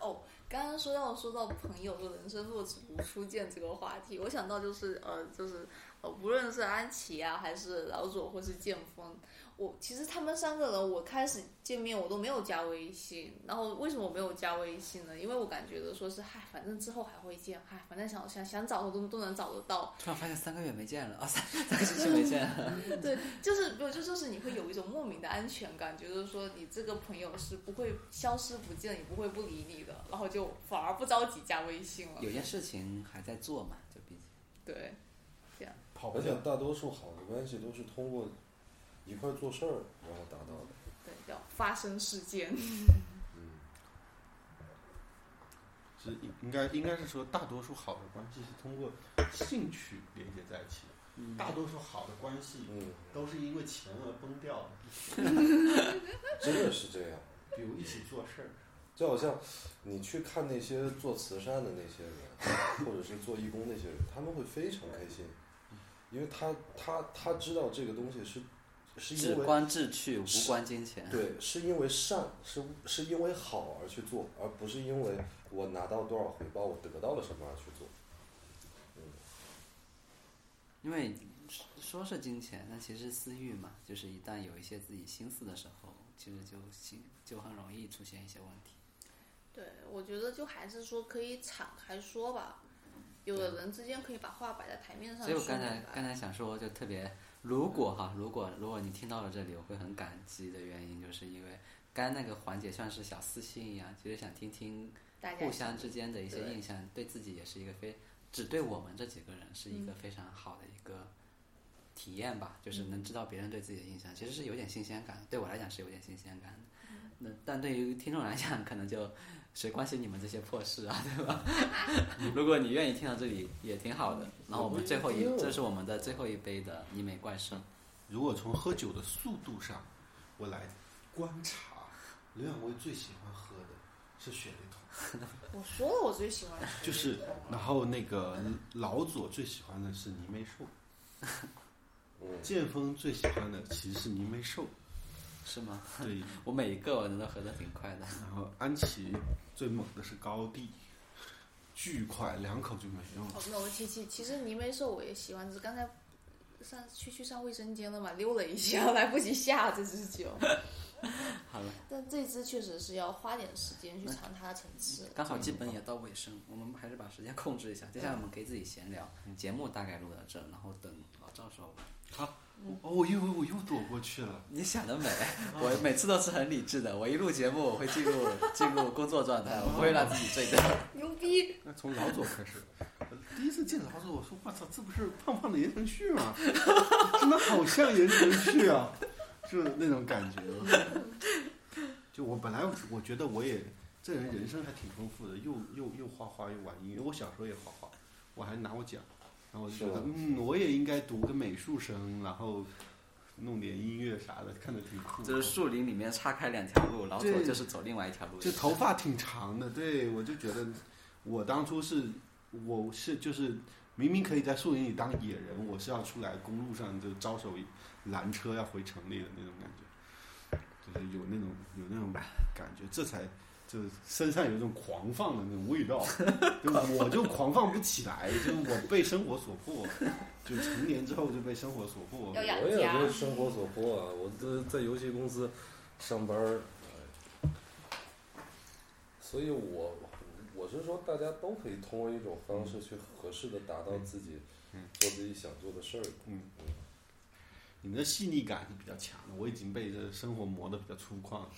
S2: 哦，刚刚说到说到朋友的人生若只如初见这个话题，我想到就是呃，就是呃，无论是安琪啊，还是老左，或是剑锋，我其实他们三个人，我开始见面我都没有加微信，然后为什么我没有加微信呢？因为我感觉的说是，嗨，反正之后还会见，嗨，反正想想想找的都都能找得到，
S1: 突然发现三个月没见了，啊、三三个星期没见了，
S2: 对，就是没有，就就是你会有一种莫名的安全感，觉得说你这个朋友是不会消失不见，也不会不理你的，然后就反而不着急加微信了。
S1: 有件事情还在做嘛，就毕竟
S2: 对，
S7: 跑不
S4: 而且
S7: 了。
S4: 大多数好的关系都是通过一块做事儿然后达到的，
S2: 对，叫发生事件。
S4: 嗯，
S3: 是应应该应该是说，大多数好的关系是通过兴趣连接在一起的。大多数好的关系
S4: 嗯，
S3: 都是因为钱而崩掉的，
S4: 真的是这样。
S3: 比如一起做事儿。
S4: 就好像你去看那些做慈善的那些人，或者是做义工那些人，他们会非常开心，因为他他他知道这个东西是是
S1: 只
S4: 因为
S1: 关志趣，无关金钱。
S4: 对，是因为善，是是因为好而去做，而不是因为我拿到多少回报，我得到了什么而去做。
S1: 因为说是金钱，但其实私欲嘛，就是一旦有一些自己心思的时候，其实就心就很容易出现一些问题。
S2: 对，我觉得就还是说可以敞开说吧，有的人之间可以把话摆在台面上
S1: 所以我
S2: 说
S1: 啊刚才
S2: 明
S1: 刚才
S2: 白。
S1: 想说，就特别如果哈，如果如果你听到了这里，我会很感激的原因，就是因为刚才那个环节像是小私信一样，其实想听听
S2: 大家
S1: 互相之间的一些
S2: 对
S1: 印象，对自己也是一个非，只对我们这几个人是一个非常好的一个体验吧，就是能知道别人对自己的印象，其实是有点新鲜感，对我来讲是有点新鲜感的。 那但对于听众来讲，可能就谁关心你们这些破事啊，对吧？ 如果你愿意听到这里，也挺好的。然嗯后我们最后一
S4: 我不，一定
S1: 这是我们的最后一杯的尼美怪兽，
S3: 如果从喝酒的速度上，我来观察，刘亚威最喜欢喝的是雪梨桶。
S2: 我说了，我最喜欢吃
S3: 就是，然后那个老左最喜欢的是泥煤兽，
S4: 嗯，
S3: 剑锋最喜欢的其实是泥煤兽，
S1: 是吗？
S3: 对。
S1: 我每一个我都喝的挺快的，
S3: 然后安琪最猛的是高地，巨快，两口就没用了
S2: 哦，。那我其其其实泥煤兽我也喜欢，只是刚才上去去上卫生间了嘛，溜了一下， 来不及下这支酒。
S1: 好了，
S2: 但这支确实是要花点时间去尝它的层次。
S1: 刚好基本也到尾声，我们还是把时间控制一下。接下来我们可以自己闲聊，节目大概录到这儿，然后等老赵说完。
S3: 哦，我以为我又躲过去了。
S1: 你想得 美！我每次都是很理智的，我一录节目我会进入进入工作状态，我不会让自己醉的。
S5: 牛逼！
S3: 那从老左开始，第一次见老左，我说我操，这不是胖胖的言承旭吗？ 真的好像言承旭啊，就是那种感觉。啊就我本来我觉得我也这人人生还挺丰富的，又又又画画又玩音乐。我小时候也画画，我还拿过奖。然后我就觉
S4: 是
S3: 得，
S4: 吗
S3: 嗯，我也应该读个美术生，然后弄点音乐啥的，看着挺 酷。
S1: 就是树林里面岔开两条路，老左
S3: 对
S1: 就是走另外一条路。
S3: 就头 发挺长的，对我就觉得，我当初是我是就是明明可以在树林里当野人，我是要出来公路上就招手拦车要回城里的那种感觉，就是有那种有那种感觉，这才就是身上有一种狂放的那种味道，就我就狂放不起来，就是我被生活所迫，就成年之后就被生活所迫
S2: 要，养
S4: 我也
S2: 家
S4: 被生活所迫啊！我这在游戏公司上班儿，哎所以我我是说，大家都可以通过一种方式去合适的达到自己
S3: 嗯
S4: 做自己想做的事儿。
S3: 嗯。你们的细腻感是比较强的，我已经被这生活磨得比较粗犷了。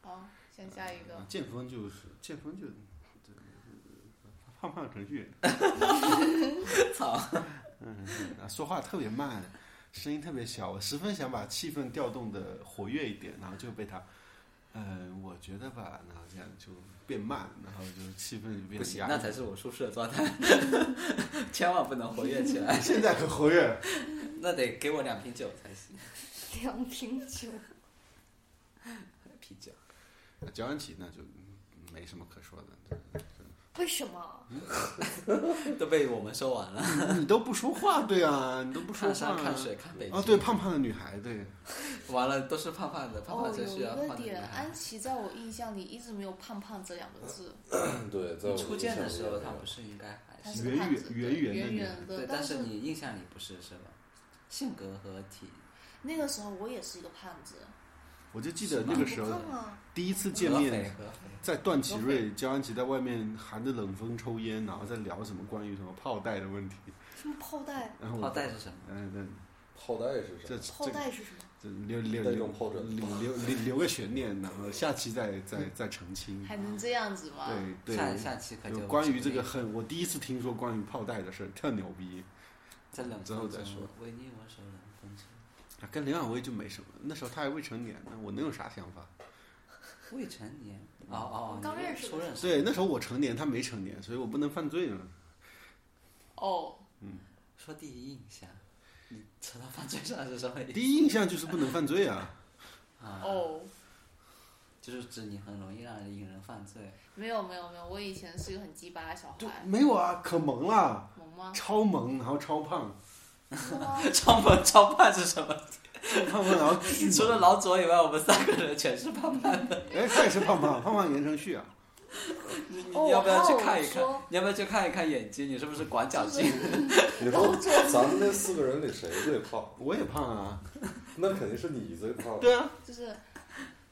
S2: 好，想哦下一个
S1: 嗯
S3: 啊，建峰就是建峰就，对胖胖 程序，
S1: 操！
S3: 嗯，啊说话特别慢，声音特别小，我十分想把气氛调动的活跃一点，然后就被他，嗯、我觉得吧，然后这样就变慢，然后就气氛就变
S1: 不啊行
S3: 压，抑
S1: 那才是我舒适的状 态，千万不能活跃起来，
S3: 现在很活跃，
S1: 那得给我两瓶酒才行，
S5: 两瓶酒，
S1: 啤酒。
S3: 矫安琪那就没什么可说的，
S5: 为什么？
S1: 都被我们说完了。
S3: 你都不说话，对啊，你都不说
S1: 看山
S3: 话、
S1: 看
S3: 啊。
S1: 水看北京。
S3: 哦，对，胖胖的女孩，对，
S1: 完了都是胖胖的，胖
S2: 哦，
S1: 胖
S2: 有
S1: 真是
S2: 一
S1: 要
S2: 个
S1: 胖的
S2: 点，
S1: 男孩
S2: 安琪在我印象里一直没有“胖胖”这两个字，
S3: 嗯
S4: 对，在我
S1: 初
S4: 印
S1: 见的
S4: 象
S1: 时候，
S4: 里
S1: 他不是应该还
S2: 她
S1: 是
S2: 是
S3: 圆
S2: 胖
S3: 圆
S2: 子，
S3: 圆圆的
S2: 圆
S3: 女
S2: 圆的
S1: 对，，
S2: 但
S1: 但是你印象里不是是吧？性格和体
S2: 那个时候我也是一个胖子，
S3: 我就记得那个时候
S5: 胖啊！
S3: 第一次见
S1: 合
S3: 面
S1: 肥，合肥
S3: 在段祺瑞、焦安琪在外面含着冷风抽烟，然后在聊什么关于什么炮弹的问题，
S5: 什么炮弹？
S3: 然后我
S1: 炮弹是什么？
S3: 嗯，对，
S4: 炮弹是啥
S3: 这？
S5: 炮
S3: 这
S5: 弹是 什么？
S3: 这留留
S4: 带
S3: 留
S4: 状疱疹
S3: 留留留留个悬念，然后下期再再再澄清。
S2: 还能这样子吗？
S3: 嗯对
S1: 嗯啊下
S3: 对，
S1: 下期可
S3: 就
S1: 就
S3: 关于这个很，我第一次听说关于炮弹的事儿，特牛逼。
S1: 在冷
S3: 之
S1: 风
S3: 后
S1: 中
S3: 再说。
S1: 为你我手冷风中，
S3: 啊跟梁晓薇就没什么，那时候她还未成年呢，我能有啥想法？
S1: 未成年。哦哦，
S5: 刚
S1: 你
S5: 认识的
S1: 初认识。
S3: 对，那时候我成年，她没成年，所以我不能犯罪呢。
S2: 哦，
S1: 说第一印象，你扯到犯罪上是什么意思？
S3: 第一印象就是不能犯罪啊。
S1: 啊，
S2: 哦，
S1: 就是指你很容易让人引人犯罪。
S2: 没有没有没有，我以前是一个很鸡巴的小
S3: 对，
S2: 孩，
S3: 没有啊，可萌了，
S2: 萌吗？
S3: 超萌，然后超胖，
S1: 超胖超胖是什么？
S3: 超胖胖，然后巨
S1: 除了
S3: 萌。
S1: 老左以外，我们三个人全是胖胖。
S3: 哎，他也是胖胖，胖胖言承旭啊。
S1: 你
S5: 哦
S1: 你要不要去看一
S5: 还
S1: 看
S5: 有我说？
S1: 你要不要去看一看眼睛？你是不是广角镜？
S4: 你
S1: 哦
S4: 说咱们那四个人里谁最胖？
S3: 我也胖啊。
S4: 那肯定是你最胖。
S3: 对啊，
S2: 就是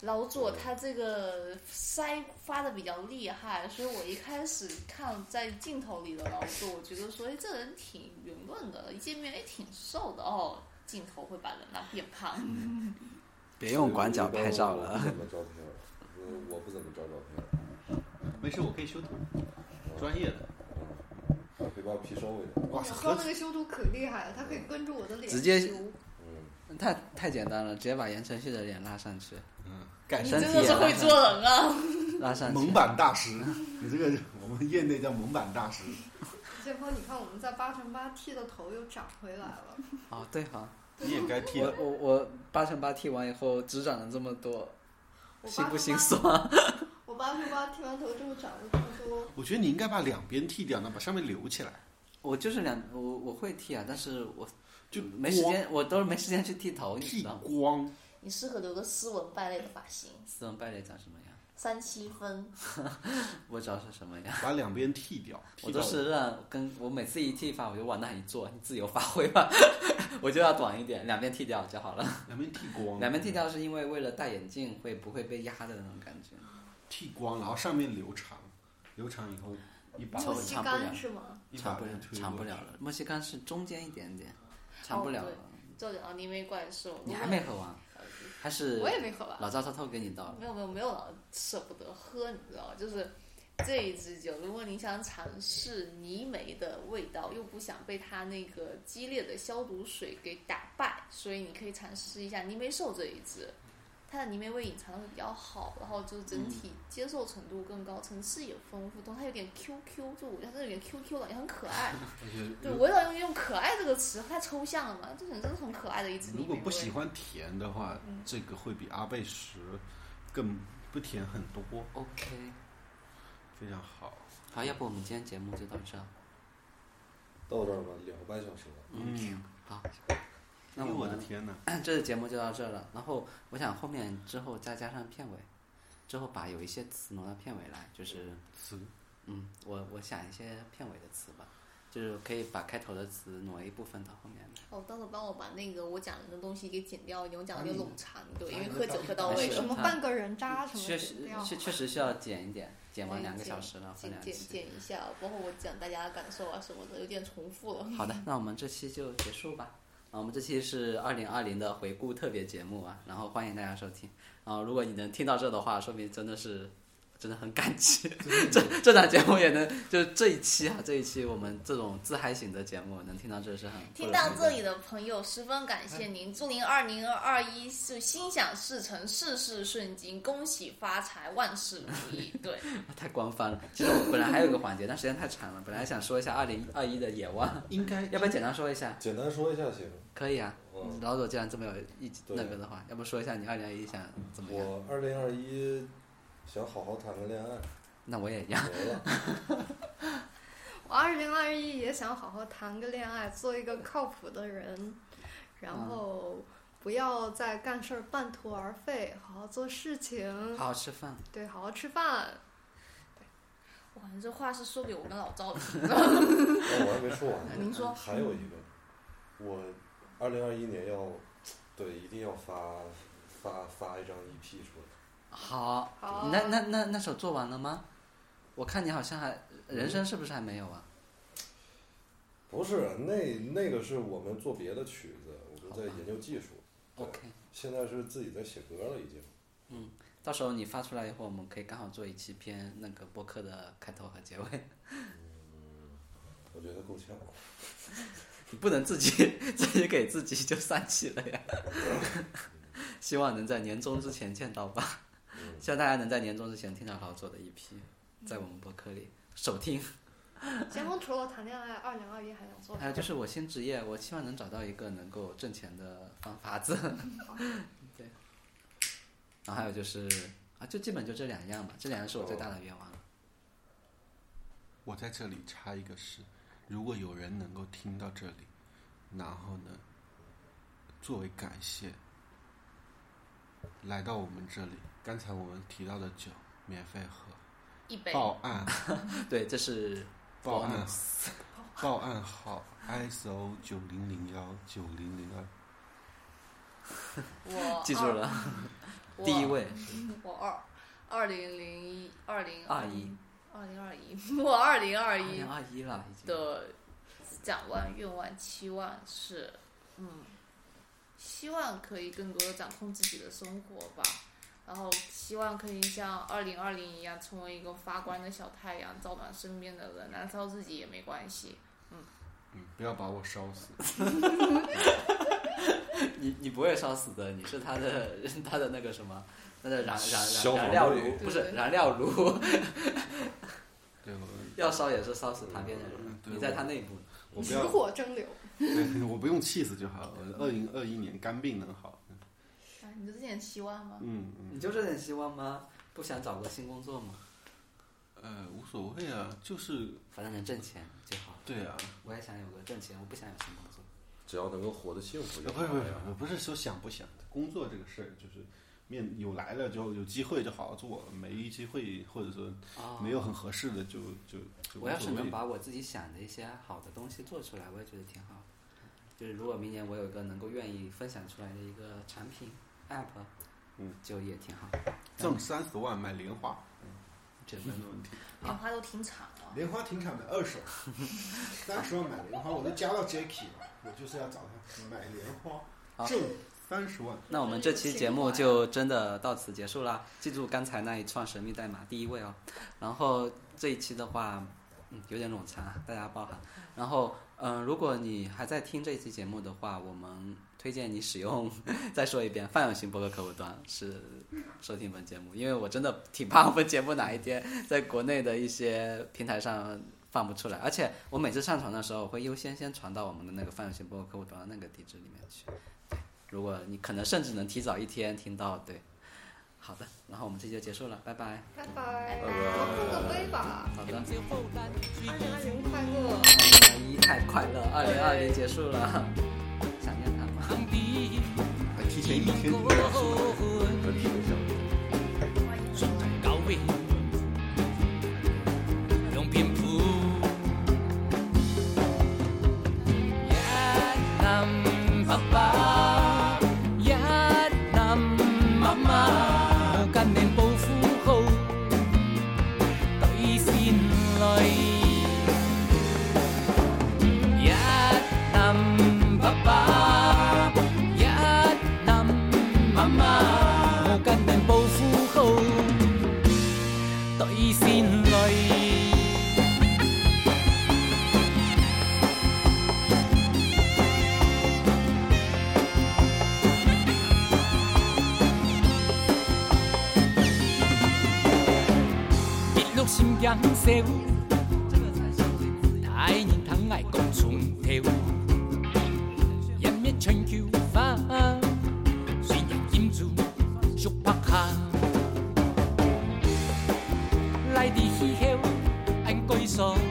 S2: 老左他这个腮发的比较厉害，所以我一开始看在镜头里的老左，我觉得说，哎，这人挺圆润的，一见面哎挺瘦的哦，镜头会把人拉变胖。
S1: 别
S4: 我 不。怎么照片儿？嗯，我不怎么照照片儿
S3: 没事，我可以修图，专业的。
S4: 嗯，可以把我 P 稍微点。
S3: 哇
S5: 我
S3: 塞，
S5: 靠，
S3: 何
S5: 那个修图可厉害了，它可以跟着我的脸
S1: 嗯直接
S5: 修
S4: 嗯，
S1: 太太简单了，直接把言承旭的脸拉上去，
S3: 嗯，改
S2: 你
S1: 身
S2: 真
S1: 体
S2: 的是会做人啊！
S1: 拉上去。
S3: 萌版大师，你这个我们业内叫萌版大师。
S5: 建峰，你看我们在八乘八 T 的头又长回来 了，
S1: 哦，对哈，
S3: 你也该剃
S1: 我
S3: 了。
S1: 我我八乘八剃完以后，只长了这么多，
S5: 我
S1: 心不
S5: 8乘
S1: 心
S5: 8
S1: 酸？
S5: 我八乘八剃完头之后长了这么多，
S3: 我觉得你应该把两边剃掉，然后把上面留起来。
S1: 我就是两，我我会剃啊，但是我
S3: 就
S1: 没时间，我都是没时间去剃头，你知
S3: 剃
S1: 道吗？
S3: 光，
S2: 你适合留个斯文败类的发型，
S1: 斯文败类长什么样？
S2: 三七分，
S1: 我知道是什么样。
S3: 把两边剃掉，
S1: 我
S3: 剃
S1: 都
S3: 到
S1: 是让跟我每次一剃发，我就往那一坐，你自由发挥吧。 我就要短一点，两边剃掉就好了。
S3: 两边剃光，
S1: 两边剃掉是因为为了戴眼镜会不会被压的那种感觉。
S3: 剃光，然后上面留长，留长以后一把
S1: 头
S5: 墨
S1: 发
S5: 西
S1: 长不了
S5: 干是吗？
S3: 一
S1: 长
S3: 把
S1: 不了，
S3: 推
S1: 长
S3: 过
S1: 不了
S3: 去
S1: 了。墨西哥是中间一点点，长不了
S5: 哦
S1: 了。
S2: 这里奥尼梅啊怪兽，
S1: 你还没喝完，还是
S5: 我也没喝完。
S1: 老赵偷偷给你倒了。
S2: 没有没有没有舍不得喝，你知道吗？ 就是这一支酒，如果你想尝试泥煤的味道，又不想被它那个激烈的消毒水给打败，所以你可以尝试一下泥煤兽这一支。它的泥煤味隐藏的比较好，然后就是整体接受程度更高，层次也丰富，同时它有点 QQ，就我觉得它有点 QQ 了，也很可爱。
S3: 而且
S2: 对，
S3: 如
S2: 我要用用“可爱”这个词，太抽象了嘛，这种真的很可爱的一支泥煤
S3: 如
S2: 味。
S3: 果不喜欢甜的话
S2: 嗯，
S3: 这个会比阿贝什更不甜很多，
S1: OK，
S3: 非常好。
S1: 好，要不我们今天节目就到这儿。
S4: 到这儿吧，两个半小时了。
S3: 嗯，
S1: 好，那
S3: 哎呦
S1: 我
S3: 我的
S1: 们
S3: 天呐，
S1: 这次节目就到这儿了。然后我想后面之后再加上片尾，之后把有一些词挪到片尾来，就是
S3: 词
S1: 嗯，我我想一些片尾的词吧，就是可以把开头的词挪一部分到后面来。
S2: 哦，到时候帮我把那个我讲的东西给剪掉一点，我讲的
S7: 把
S2: 有
S7: 你
S2: 冗长，对，
S7: 把
S2: 因为
S7: 你的道
S2: 喝酒
S7: 理
S2: 喝到
S1: 讲
S2: 位
S1: 出
S5: 什
S2: 了，
S1: 来
S5: 么半个人渣什么
S1: 啊
S5: 啊
S1: 确
S5: 的
S1: 实
S5: 不要
S1: 确确实需要剪一点，剪完两个小时了，分
S2: 剪
S1: 两
S2: 剪
S1: 期。
S2: 剪一下，包括我讲大家的感受啊什么的，有点重复了。
S1: 好的，那我们这期就结束吧。啊，我们这期是二零二零的回顾特别节目啊，然后欢迎大家收听。然后如果你能听到这的话，说明真的是真的很感激。这这档节目也能，就这一期啊，这一期我们这种自嗨型的节目能听到这是很不
S2: 听
S1: 容
S2: 到
S1: 易
S2: 这里的朋友，十分感谢您，祝您二零二一是心想事成，事事顺心，恭喜发财，万事如意。对，
S1: 的太官方了。其实我本来还有一个环节，但时间太长了，本来想说一下二零二一的野望，
S3: 应该
S1: 要不要简单说一下？
S4: 简单说一下行吗？
S1: 可以啊，
S4: 嗯，
S1: 老左既然这么有意
S4: 对
S1: 那个的话，要不说一下你二零二一想怎么样？
S4: 嗯我二零二一想好好谈个恋 爱，
S1: 那我也一样，
S4: 没了。哦
S5: 我二零二一也想好好谈个恋爱，做一个靠谱的人，然
S1: 嗯
S5: 后不要再干事儿半途而废，好好做事情，
S1: 好好吃饭。
S5: 对，好好吃饭。
S2: 哇，你这话是说给我跟老赵听。
S4: 哦，我还没说完呢。
S2: 您说，
S4: 还有一个，我二零二一年要，对，一定要发发发一张 EP 出来。
S1: 好，
S5: 好
S1: 那那那那首做完了吗？我看你好像还人生是不是还没有啊？
S4: 不是，那那个是我们做别的曲子，我们在研究技术。对
S1: OK，
S4: 现在是自己在写歌了，已经。
S1: 到时候你发出来以后，我们可以刚好做一期偏那个播客的开头和结尾。
S4: 我觉得够呛。
S1: 你不能自己 自己给自己就上期了呀。 希望能在年终之前见到吧。希望大家能在年终之前听到老左的一批，在我们播客里首听。
S5: 闲工除了谈恋爱，二零二一还想做什
S1: 还
S3: 哎
S1: 有
S5: 么？
S1: 就是我新职业，我希望能找到一个能够挣钱的方法子。
S2: 嗯
S1: 对。然后还有就是啊，就基本就这两样吧，这两样是我最大的愿望。
S3: 我在这里插一个事，如果有人能够听到这里，然后呢，作为感谢，来到我们这里，刚才我们提到的酒免费喝，
S2: 一杯
S3: 报案
S1: 对，这是
S3: 报案
S1: bonus
S3: 报案号 ISO 九零零幺九零零二，
S2: 我
S1: 记住
S2: 二，
S1: 了，
S2: 我
S1: 第一位
S2: 我二二零零一二零
S1: 二一，
S2: 二零二一， 我二零
S1: 二
S2: 嗯二一
S1: 零二一了，已经。
S2: 的展望、愿望、期望是，嗯，希望可以更多的掌控自己的生活吧。然后希望可以像二零二零一样，成为一个发光的小太阳，照暖身边的人，燃烧自己也没关系。
S3: 嗯，不要把我烧死，
S1: 你你不会烧死的，你是他的他的那个什么，他的燃
S4: 消
S1: 燃燃燃
S4: 防
S1: 料
S4: 队
S1: 炉，不是
S2: 对
S1: 燃料炉，
S3: 对我，
S1: 要烧也是烧死旁边的人
S3: 嗯，对
S1: 你在
S3: 我
S1: 他内部呢。
S3: 我不
S5: 烛
S3: 要，
S5: 火蒸馏，
S3: 对我不用气死就好了，我二零二一年肝病能好，
S2: 啊，你就这点希望吗？
S3: 嗯嗯。
S1: 你就这点希望吗？不想找个新工作吗？
S3: 呃，无所谓啊，就是
S1: 反正能挣钱就好。
S3: 对啊，
S1: 我也想有个挣钱，我不想有新工作。
S4: 只要能够活得幸福就
S3: 呃
S4: 好
S3: 不
S4: 了
S3: 是不是，我
S4: 呀。
S3: 不是说想不想的，工作这个事儿就是面有来了就有机会就好好做，没机会或者说
S7: 哦
S1: 啊
S3: 没有很合适的就就就无
S1: 我要是
S3: 所
S1: 能
S3: 谓。
S1: 把我自己想的一些好的东西做出来，我也觉得挺好的。就是如果明年我有一个能够愿意分享出来的一个产品 app，
S3: 嗯，
S1: 就也挺好。
S3: 挣三十万买莲花，
S1: 这
S3: 没有问题。
S2: 莲啊花都挺长了。
S7: 莲花停产的二手， 三十万买莲花，我都加到 Jacky 了，我就是要找他买莲花，
S1: 好
S7: 挣
S3: 三十万，
S1: 那我们这期节目就真的到此结束啦。记住刚才那一串神秘代码第一位哦。然后这一期的话，嗯，有点冗长啊，大家包涵。然后，嗯、如果你还在听这期节目的话，我们推荐你使用， 再说一遍，泛用型博客客户端是收听本节目，因为我真的挺怕我们节目哪一天在国内的一些平台上。放不出来，而且我每次上传的时候，我会优先先传到我们的那个泛用型博客客户端那个地址里面去。如果你可能甚至能提早一天听到，对，好的，然后我们这期就结束了，拜拜。
S5: 拜拜，
S2: 拜
S5: 喝个杯吧，
S1: 好的，
S5: 二零二零快乐。
S1: 二零一太快乐，二零二零结束了，想念他吗？
S3: 还提前一天就结束了。
S4: 很吃香。
S8: 高位，用平铺。一男爸爸，一男妈妈，無近年報呼號，對線淚。一男爸爸，一男媽媽，無近年報呼號。对线泪。跌落心惊笑，大年疼爱共重跳，一一春秋花，虽然金珠竹拍下。lại đi hi heo anh coi gió